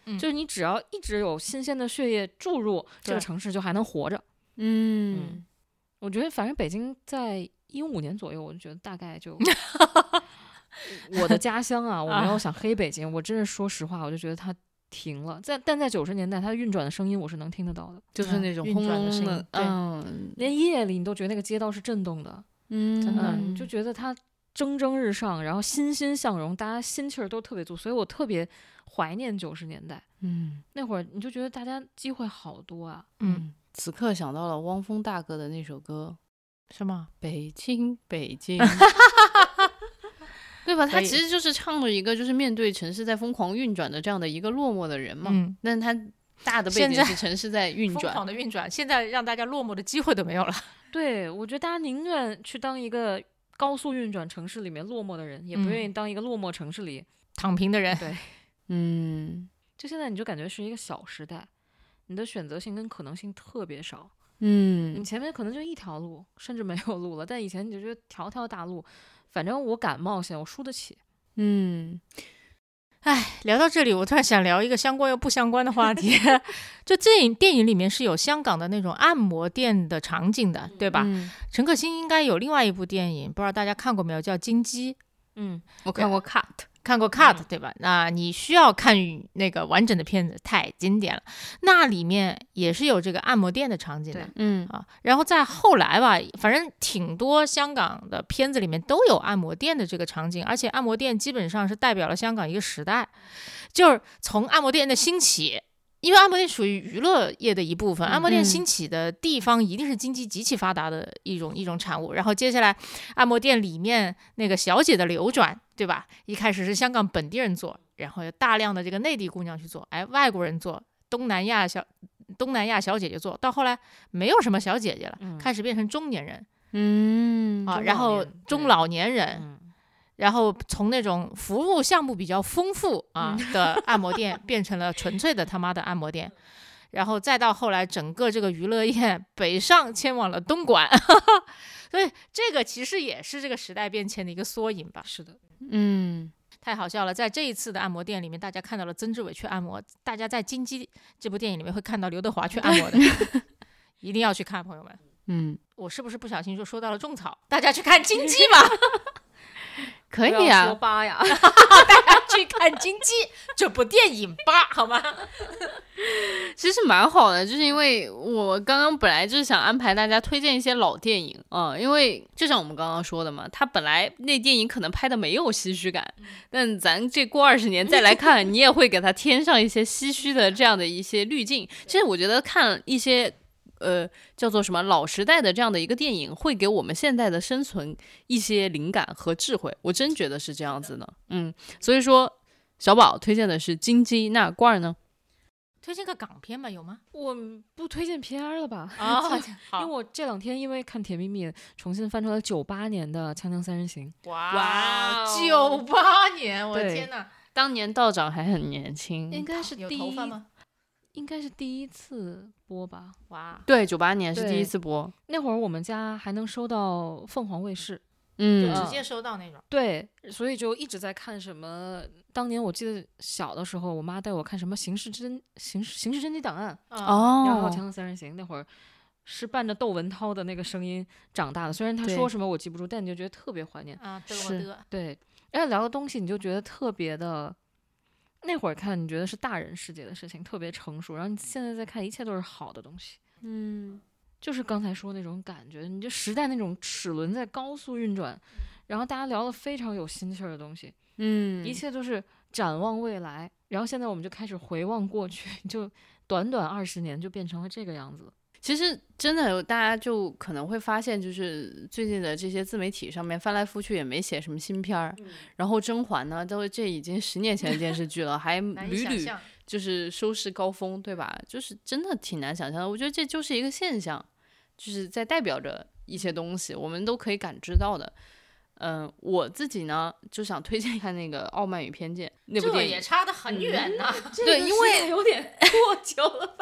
B: 嗯
C: 就是你只要一直有新鲜的血液注入，这个
B: 对
C: 城市就还能活着。
A: 嗯
C: 我觉得反正北京在一五年左右，我就觉得大概 就我的家乡啊，我没有想黑北京，我真是说实话，我就觉得它停了。在但在九十年代，它运转的声音我是能听得到的，
A: 就是那种轰隆隆的，嗯
C: 连夜里你都觉得那个街道是震动的，
A: 嗯，
B: 真的
C: 嗯，你就觉得它蒸蒸日上，然后欣欣向荣，大家心气儿都特别足，所以我特别怀念九十年代
A: 嗯
C: 那会儿，你就觉得大家机会好多啊。
B: 嗯，
A: 嗯，此刻想到了汪峰大哥的那首歌
B: 是吗？
A: 《北京北京》 。对吧？
B: 可
A: 他
B: 以
A: 其实就是唱了一个，就是面对城市在疯狂运转的这样的一个落寞的人嘛。
B: 嗯，
A: 但他大的背
B: 现
A: 景
B: 在
A: 是城市在运
B: 疯
A: 转
B: 狂，的运转，现在让大家落寞的机会都没有了。
C: 对，我觉得大家宁愿去当一个高速运转城市里面落寞的人，也不
B: 嗯
C: 愿意当一个落寞城市里。
B: 躺平的人，
A: 嗯
C: 就现在，你就感觉是一个小时代，你的选择性跟可能性特别少。你
A: 嗯
C: 前面可能就一条路，甚至没有路了。但以前你就觉得条条大路，反正我敢冒险，我输得起。
A: 嗯
B: 聊到这里，我突然想聊一个相关又不相关的话题。 就电影电影里面是有香港的那种按摩店的场景的，对吧？
A: 嗯
B: 陈可辛应该有另外一部电影，不知道大家看过没有，叫《金鸡》，
C: 嗯，
A: 我看过 cut，
B: 看过 cut、对吧？那你需要看那个完整的片子，太经典了。那里面也是有这个按摩店的场景的
C: 对。
A: 嗯
B: 啊，然后在后来吧，反正挺多香港的片子里面都有按摩店的这个场景，而且按摩店基本上是代表了香港一个时代，就是从按摩店的兴起。因为按摩店属于娱乐业的一部分，按摩店
A: 嗯
B: 兴起的地方一定是经济极其发达的一种一种产物。然后接下来，按摩店里面那个小姐的流转，对吧？一开始是香港本地人做，然后有大量的这个内地姑娘去做，哎，外国人做，东南亚小东南亚小姐姐做，到后来没有什么小姐姐了，
C: 嗯
B: 开始变成中年人
A: 嗯
B: 啊，
C: 中
B: 然
C: 老
B: 后
C: 年
B: 中
C: 对
B: 老年人，
C: 嗯，
B: 然后从那种服务项目比较丰富
C: 嗯
B: 啊的按摩店，变成了纯粹的他妈的按摩店。然后再到后来，整个这个娱乐业北上迁往了东莞， 所以这个其实也是这个时代变迁的一个缩影吧。
C: 啊是的，
A: 嗯
B: 太好笑了！在这一次的按摩店里面，大家看到了曾志伟去按摩，大家在《金鸡》这部电影里面会看到刘德华去按摩 的，一定要去看，朋友们。
A: 嗯，
B: 我是不是不小心就说到了种草？大家去看《金鸡》吧，
A: 可
C: 不
A: 以
C: 要 说
A: 啊，
C: 八呀，
B: 大家 去看《金鸡》这部电影吧， 好吗？
A: 其实蛮好的，就是因为我刚刚本来就是想安排大家推荐一些老电影啊、因为就像我们刚刚说的嘛，他本来那电影可能拍的没有唏嘘感，但咱这过二十年再来看，你也会给它添上一些唏嘘的这样的一些滤镜。其实我觉得看一些。呃，叫做什么老时代的这样的一个电影，会给我们现代的生存一些灵感和智慧，我真觉得是这样子的。嗯，所以说小宝推荐的是《金鸡》，那罐儿呢？
B: 推荐个港片吧，有吗？
C: 我不推荐片儿了吧？
B: 啊、
C: 因为
B: 好，
C: 我这两天因为看《甜蜜蜜》，重新翻出来九八年的《锵锵三人行》，
A: 哇哦
B: 九八年，我的
C: 对
B: 天哪！
A: 当年道长还很年轻，
C: 该是
B: 啊有头发？吗？
C: 应该是第一次播吧？
B: 哇，
A: 对，九八年是第
C: 对
A: 一次播，
C: 那会儿我们家还能收到凤凰卫视，
B: 就
A: 嗯
B: 直接收到那种。
C: 对，所以就一直在看什么。当年我记得小的时候，我妈带我看什么刑事侦刑事刑事侦缉档案，
B: 嗯，
C: 然后《
A: 哦，
C: 锵锵三人行》那会儿是伴着窦文涛的那个声音长大的，虽然他
A: 对
C: 说什么我记不住，但你就觉得特别 怀念。
B: 啊，这
A: 是
B: 个的，
C: 对，哎，聊的东西你就觉得特别的。那会儿看，你觉得是大人世界的事情，特别成熟。然后你现在再看，一切都是好的东西，
A: 嗯，
C: 就是刚才说那种感觉，你这时代那种齿轮在高速运转，然后大家聊了非常有心气儿的东西，
A: 嗯，
C: 一切都是展望未来。然后现在我们就开始回望过去， 就短短二十年就变成了这个样子了。
A: 其实真的，大家就可能会发现，就是最近的这些自媒体上面翻来覆去也没写什么新片
B: 嗯
A: 儿，然后《甄嬛》呢，都这已经十年前的电视剧 了，还
B: 难以
A: 屡
B: 想
A: 屡
B: 象。
A: 就是收视高峰，对吧？就是真的挺难想象的。我觉得这就是一个现象，就是在代表着一些东西，我们都可以感知到的。嗯、我自己呢就想推荐一看那个《傲慢与偏见》那部
B: 这
A: 电影
B: 也，差得很远呐、
A: 对，因为
C: 有点过久了，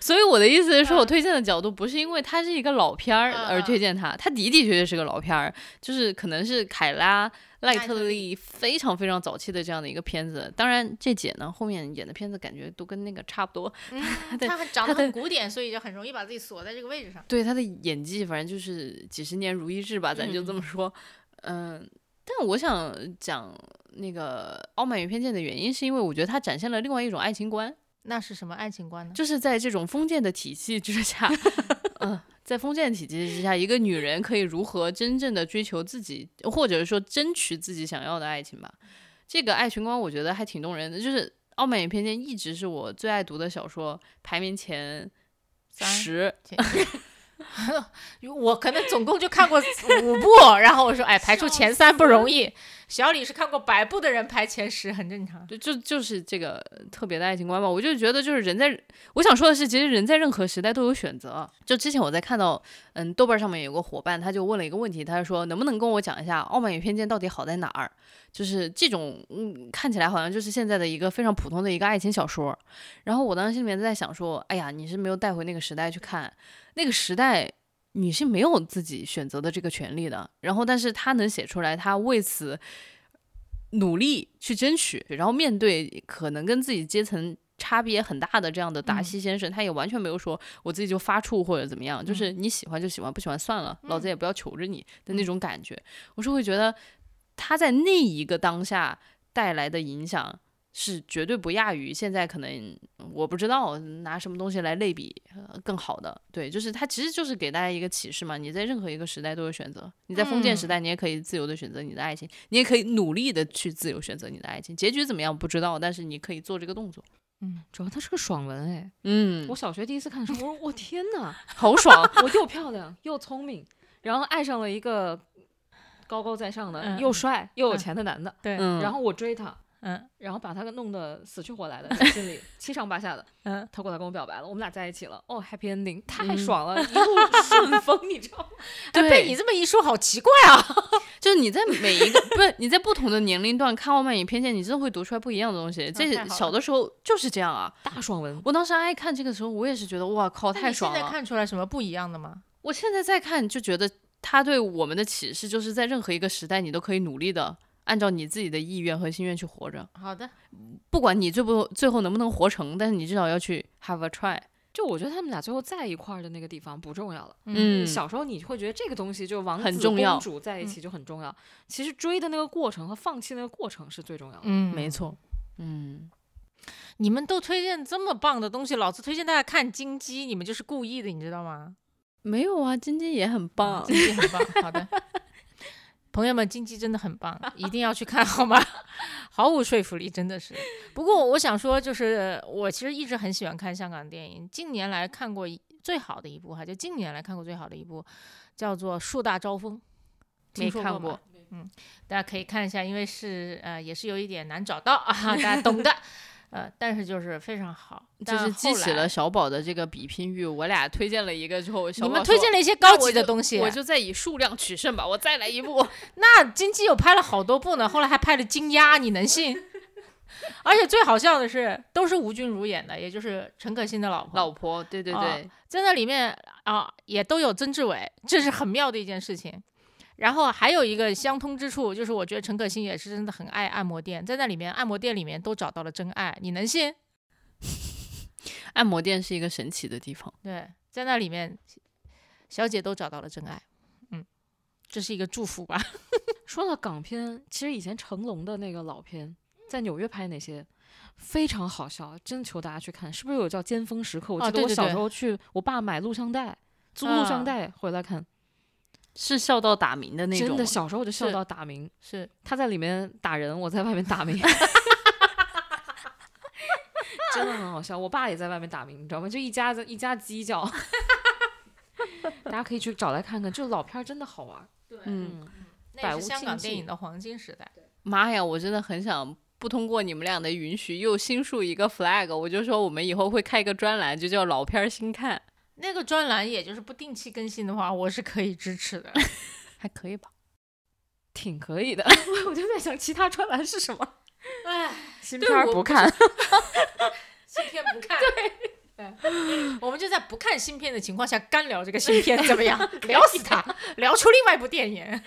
A: 所以我的意思是说，
B: 嗯
A: 我推荐的角度不是因为它是一个老片儿
B: 嗯
A: 而推荐它，它的的确确是个老片儿，就是可能是凯拉赖
B: 特
A: 特利非常非常早期的这样的一个片子。当然，这姐呢后面演的片子感觉都跟那个差不多，
B: 嗯，
A: 对
B: 它很长
A: 它
B: 得
A: 的
B: 很古典，所以就很容易把自己锁在这个位置上。
A: 对他的演技，反正就是几十年如一日吧，咱就这么说。嗯、但我想讲那个《傲慢与偏见》的原因，是因为我觉得它展现了另外一种爱情观，
B: 那是什么爱情观呢？
A: 就是在这种封建的体系之下，嗯、在封建体系之下，一个女人可以如何真正的追求自己，或者说争取自己想要的爱情吧。这个爱情观我觉得还挺动人的，就是《傲慢与偏见》一直是我最爱读的小说，排名前
B: 三
A: 十。
B: 我可能总共就看过五部，然后我说，哎，排出前三不容易。小李是看过百部的人排前十，很正常。
A: 对，就就是这个特别的爱情观吧。我就觉得，就是人在，我想说的是，其实人在任何时代都有选择。就之前我在看到，嗯，豆瓣上面有个伙伴，他就问了一个问题，他就说能不能跟我讲一下《傲慢与偏见》到底好在哪儿？就是这种，嗯，看起来好像就是现在的一个非常普通的一个爱情小说。然后我当时心里面在想说，哎呀，你是没有带回那个时代去看，那个时代。你是没有自己选择的这个权利的，然后但是他能写出来，他为此努力去争取，然后面对可能跟自己阶层差别很大的这样的达西先生，他也完全没有说我自己就发怵或者怎么样，就是你喜欢就喜欢，不喜欢算了，老子也不要求着你的那种感觉。我是会觉得他在那一个当下带来的影响。是绝对不亚于现在可能我不知道拿什么东西来类比呃更好的，对，就是它其实就是给大家一个启示嘛，你在任何一个时代都有选择，你在封建时代
B: 嗯
A: 你也可以自由的选择你的爱情，你也可以努力的去自由选择你的爱情，结局怎么样不知道，但是你可以做这个动作，
C: 嗯，主要它是个爽文哎。
A: 嗯
C: 我，小学第一次看的时候， 我说我天哪，
A: 好爽，
C: 我又漂亮又聪明，然后爱上了一个高高在上的、
B: 嗯
C: 又帅又有钱的男的，
B: 对
A: 嗯，
C: 然后我追他，
B: 嗯
C: 然后把他弄得死去活来的，在心里七上八下的。
B: 嗯，
C: 他过来跟我表白了，我们俩在一起了，哦，happy ending，太
A: 嗯
C: 爽了，一路顺风，你知道吗？
B: 哎，
A: 对
B: 被你这么一说，好奇怪啊！
A: 就是你在每一个不是你在不同的年龄段看《傲慢与偏见》，你真的会读出来不一样的东西，
B: 嗯太
A: 这
B: 好了
A: 小的时候就是这样啊，
C: 大爽文，
A: 我当时爱看这个时候，我也是觉得哇靠，哦太爽
B: 那你现
A: 了
B: 在。看出来什么不一样的吗？
A: 我现在再看就觉得他对我们的启示就是在任何一个时代，你都可以努力的按照你自己的意愿和心愿去活着，
B: 好的，
A: 不管你最不最后能不能活成，但是你至少要去 have a try。
C: 就我觉得他们俩最后在一块儿的那个地方不重要了。
A: 嗯，
C: 小时候你会觉得这个东西就王
A: 很
C: 子
A: 重要
C: 公主在一起就很重要，其实追的那个过程和放弃那个过程是最重要的。
B: 嗯
A: 没错，嗯，
B: 你们都推荐这么棒的东西，老子推荐大家看《金鸡》，你们就是故意的，你知道吗？
A: 没有啊，金金也很棒。
B: 金鸡很棒。好的，哦 朋友们，金鸡真的 很棒，一定要去看好吗？ 毫无说服力，真的是。不过我想说，就是我其实一直很喜欢看香港电影，近年来看过一最好的一部哈，就近年来看过最好的一部，叫做《树大招风》，听
A: 没
B: 说
A: 看
B: 吗
A: 过，
B: 嗯大家可以看一下，因为是呃也是有一点难找到啊， 大家懂的。呃，但是就是非常好，
A: 就
B: 但
A: 是激
B: 后
A: 起
B: 来
A: 了小宝的这个比拼欲。我俩推荐了一个之后，小
B: 你
A: 宝说
B: 们推荐了啊一些
A: 那
B: 高
A: 我
B: 级的
A: 就
B: 东西，
A: 我就再以数量取胜吧，我再来一 部。
B: 那金鸡有拍了好多部呢，后来还拍了《金鸭》，你能信？ 而且最好笑的是，都是吴君如演的，也就是陈可辛的老婆。
A: 老婆，对对
B: 哦
A: 对，
B: 啊在那里面啊，也都有曾志伟，这是很妙的一件事情。然后还有一个相通之处，就是我觉得陈可辛也是真的很爱按摩店，在那里面按摩店里面都找到了真爱，你能信？
A: 按摩店是一个神奇的地方，
B: 对，在那里面，小姐都找到了真爱，嗯，这是一个祝福 吧？
C: 说到港片，其实以前成龙的那个老片，在纽约拍那些非常好笑，真求大家去看。是不是有叫《尖峰时刻》？我
B: 哦
C: 记得
B: 对
C: 我
B: 对
C: 小
B: 对
C: 时候去，我爸买录像带，租录像
B: 啊
C: 带回来看，
A: 是笑到打鸣的那种。
C: 真的，小时候就笑
B: 是
C: 到打鸣。
B: 是
C: 他在里面打人，我在外面打鸣， 真的很好笑。我爸也在外面打鸣，你知道吗？就一家子一家鸡叫， 大家可以去找来看看，就老片儿真的好玩儿。
A: 嗯，
B: 那
C: 百
B: 也
C: 无
B: 是香
C: 禁
B: 港
C: 忌
B: 电影的黄金时代。
A: 妈呀，我真的很想不通过你们俩的允许，又新树一个 flag，我就说我们以后会开一个专栏，就叫老片儿新看，
B: 那个专栏也就是不定期更新的话，我是可以支持的。
A: 还可以吧？
C: 挺可 以的，我就在想其他专栏是什么？
B: 哎，
C: 新
B: 对
C: 片儿
B: 我
C: 不
B: 不
C: 看，
B: 新片不看。对。我们就在不看新片的情况下干聊这个新片怎么 样？聊死他，聊出另外一部电影。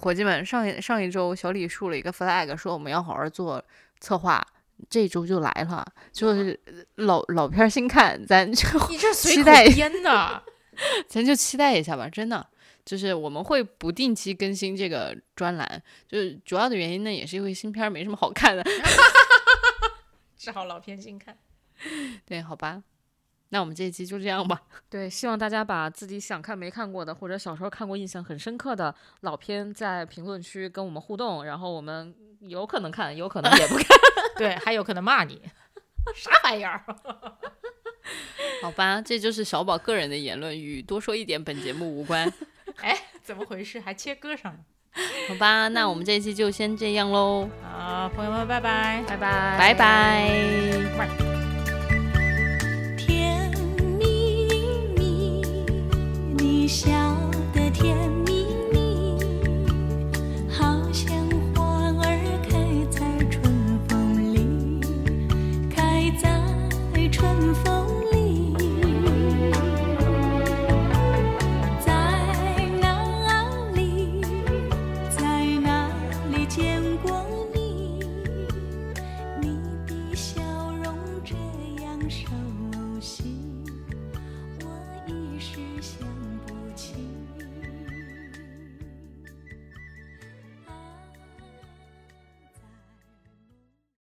A: 伙计们，上一上一周小李树了一个 flag，说我们要好好做策划，这周就来了，就是老老片儿新看，咱就
B: 你这随
A: 期
B: 口
A: 待
B: 编的，
A: 咱就期待一下吧，真的。就是我们会不定期更新这个专栏，就是主要的原因呢，也是因为新片儿没什么好看的。
B: 只好老片新看。
A: 对，好吧，那我们这一期就这样吧。
C: 对，希望大家把自己想看没看过的，或者小时候看过印象很深刻的老片，在评论区跟我们互动，然后我们有可能看，有可能也不看。
B: 对，还有可能骂你，啥玩意儿？
A: 好吧，这就是小宝个人的言论，与多说一点本节目无关。
B: 哎，怎么回事？还切割上了。
A: 好吧，那我们这一期就先这样喽，
B: 好，朋友们，拜拜。
C: 拜拜，
A: 拜拜。
D: 甜蜜蜜的笑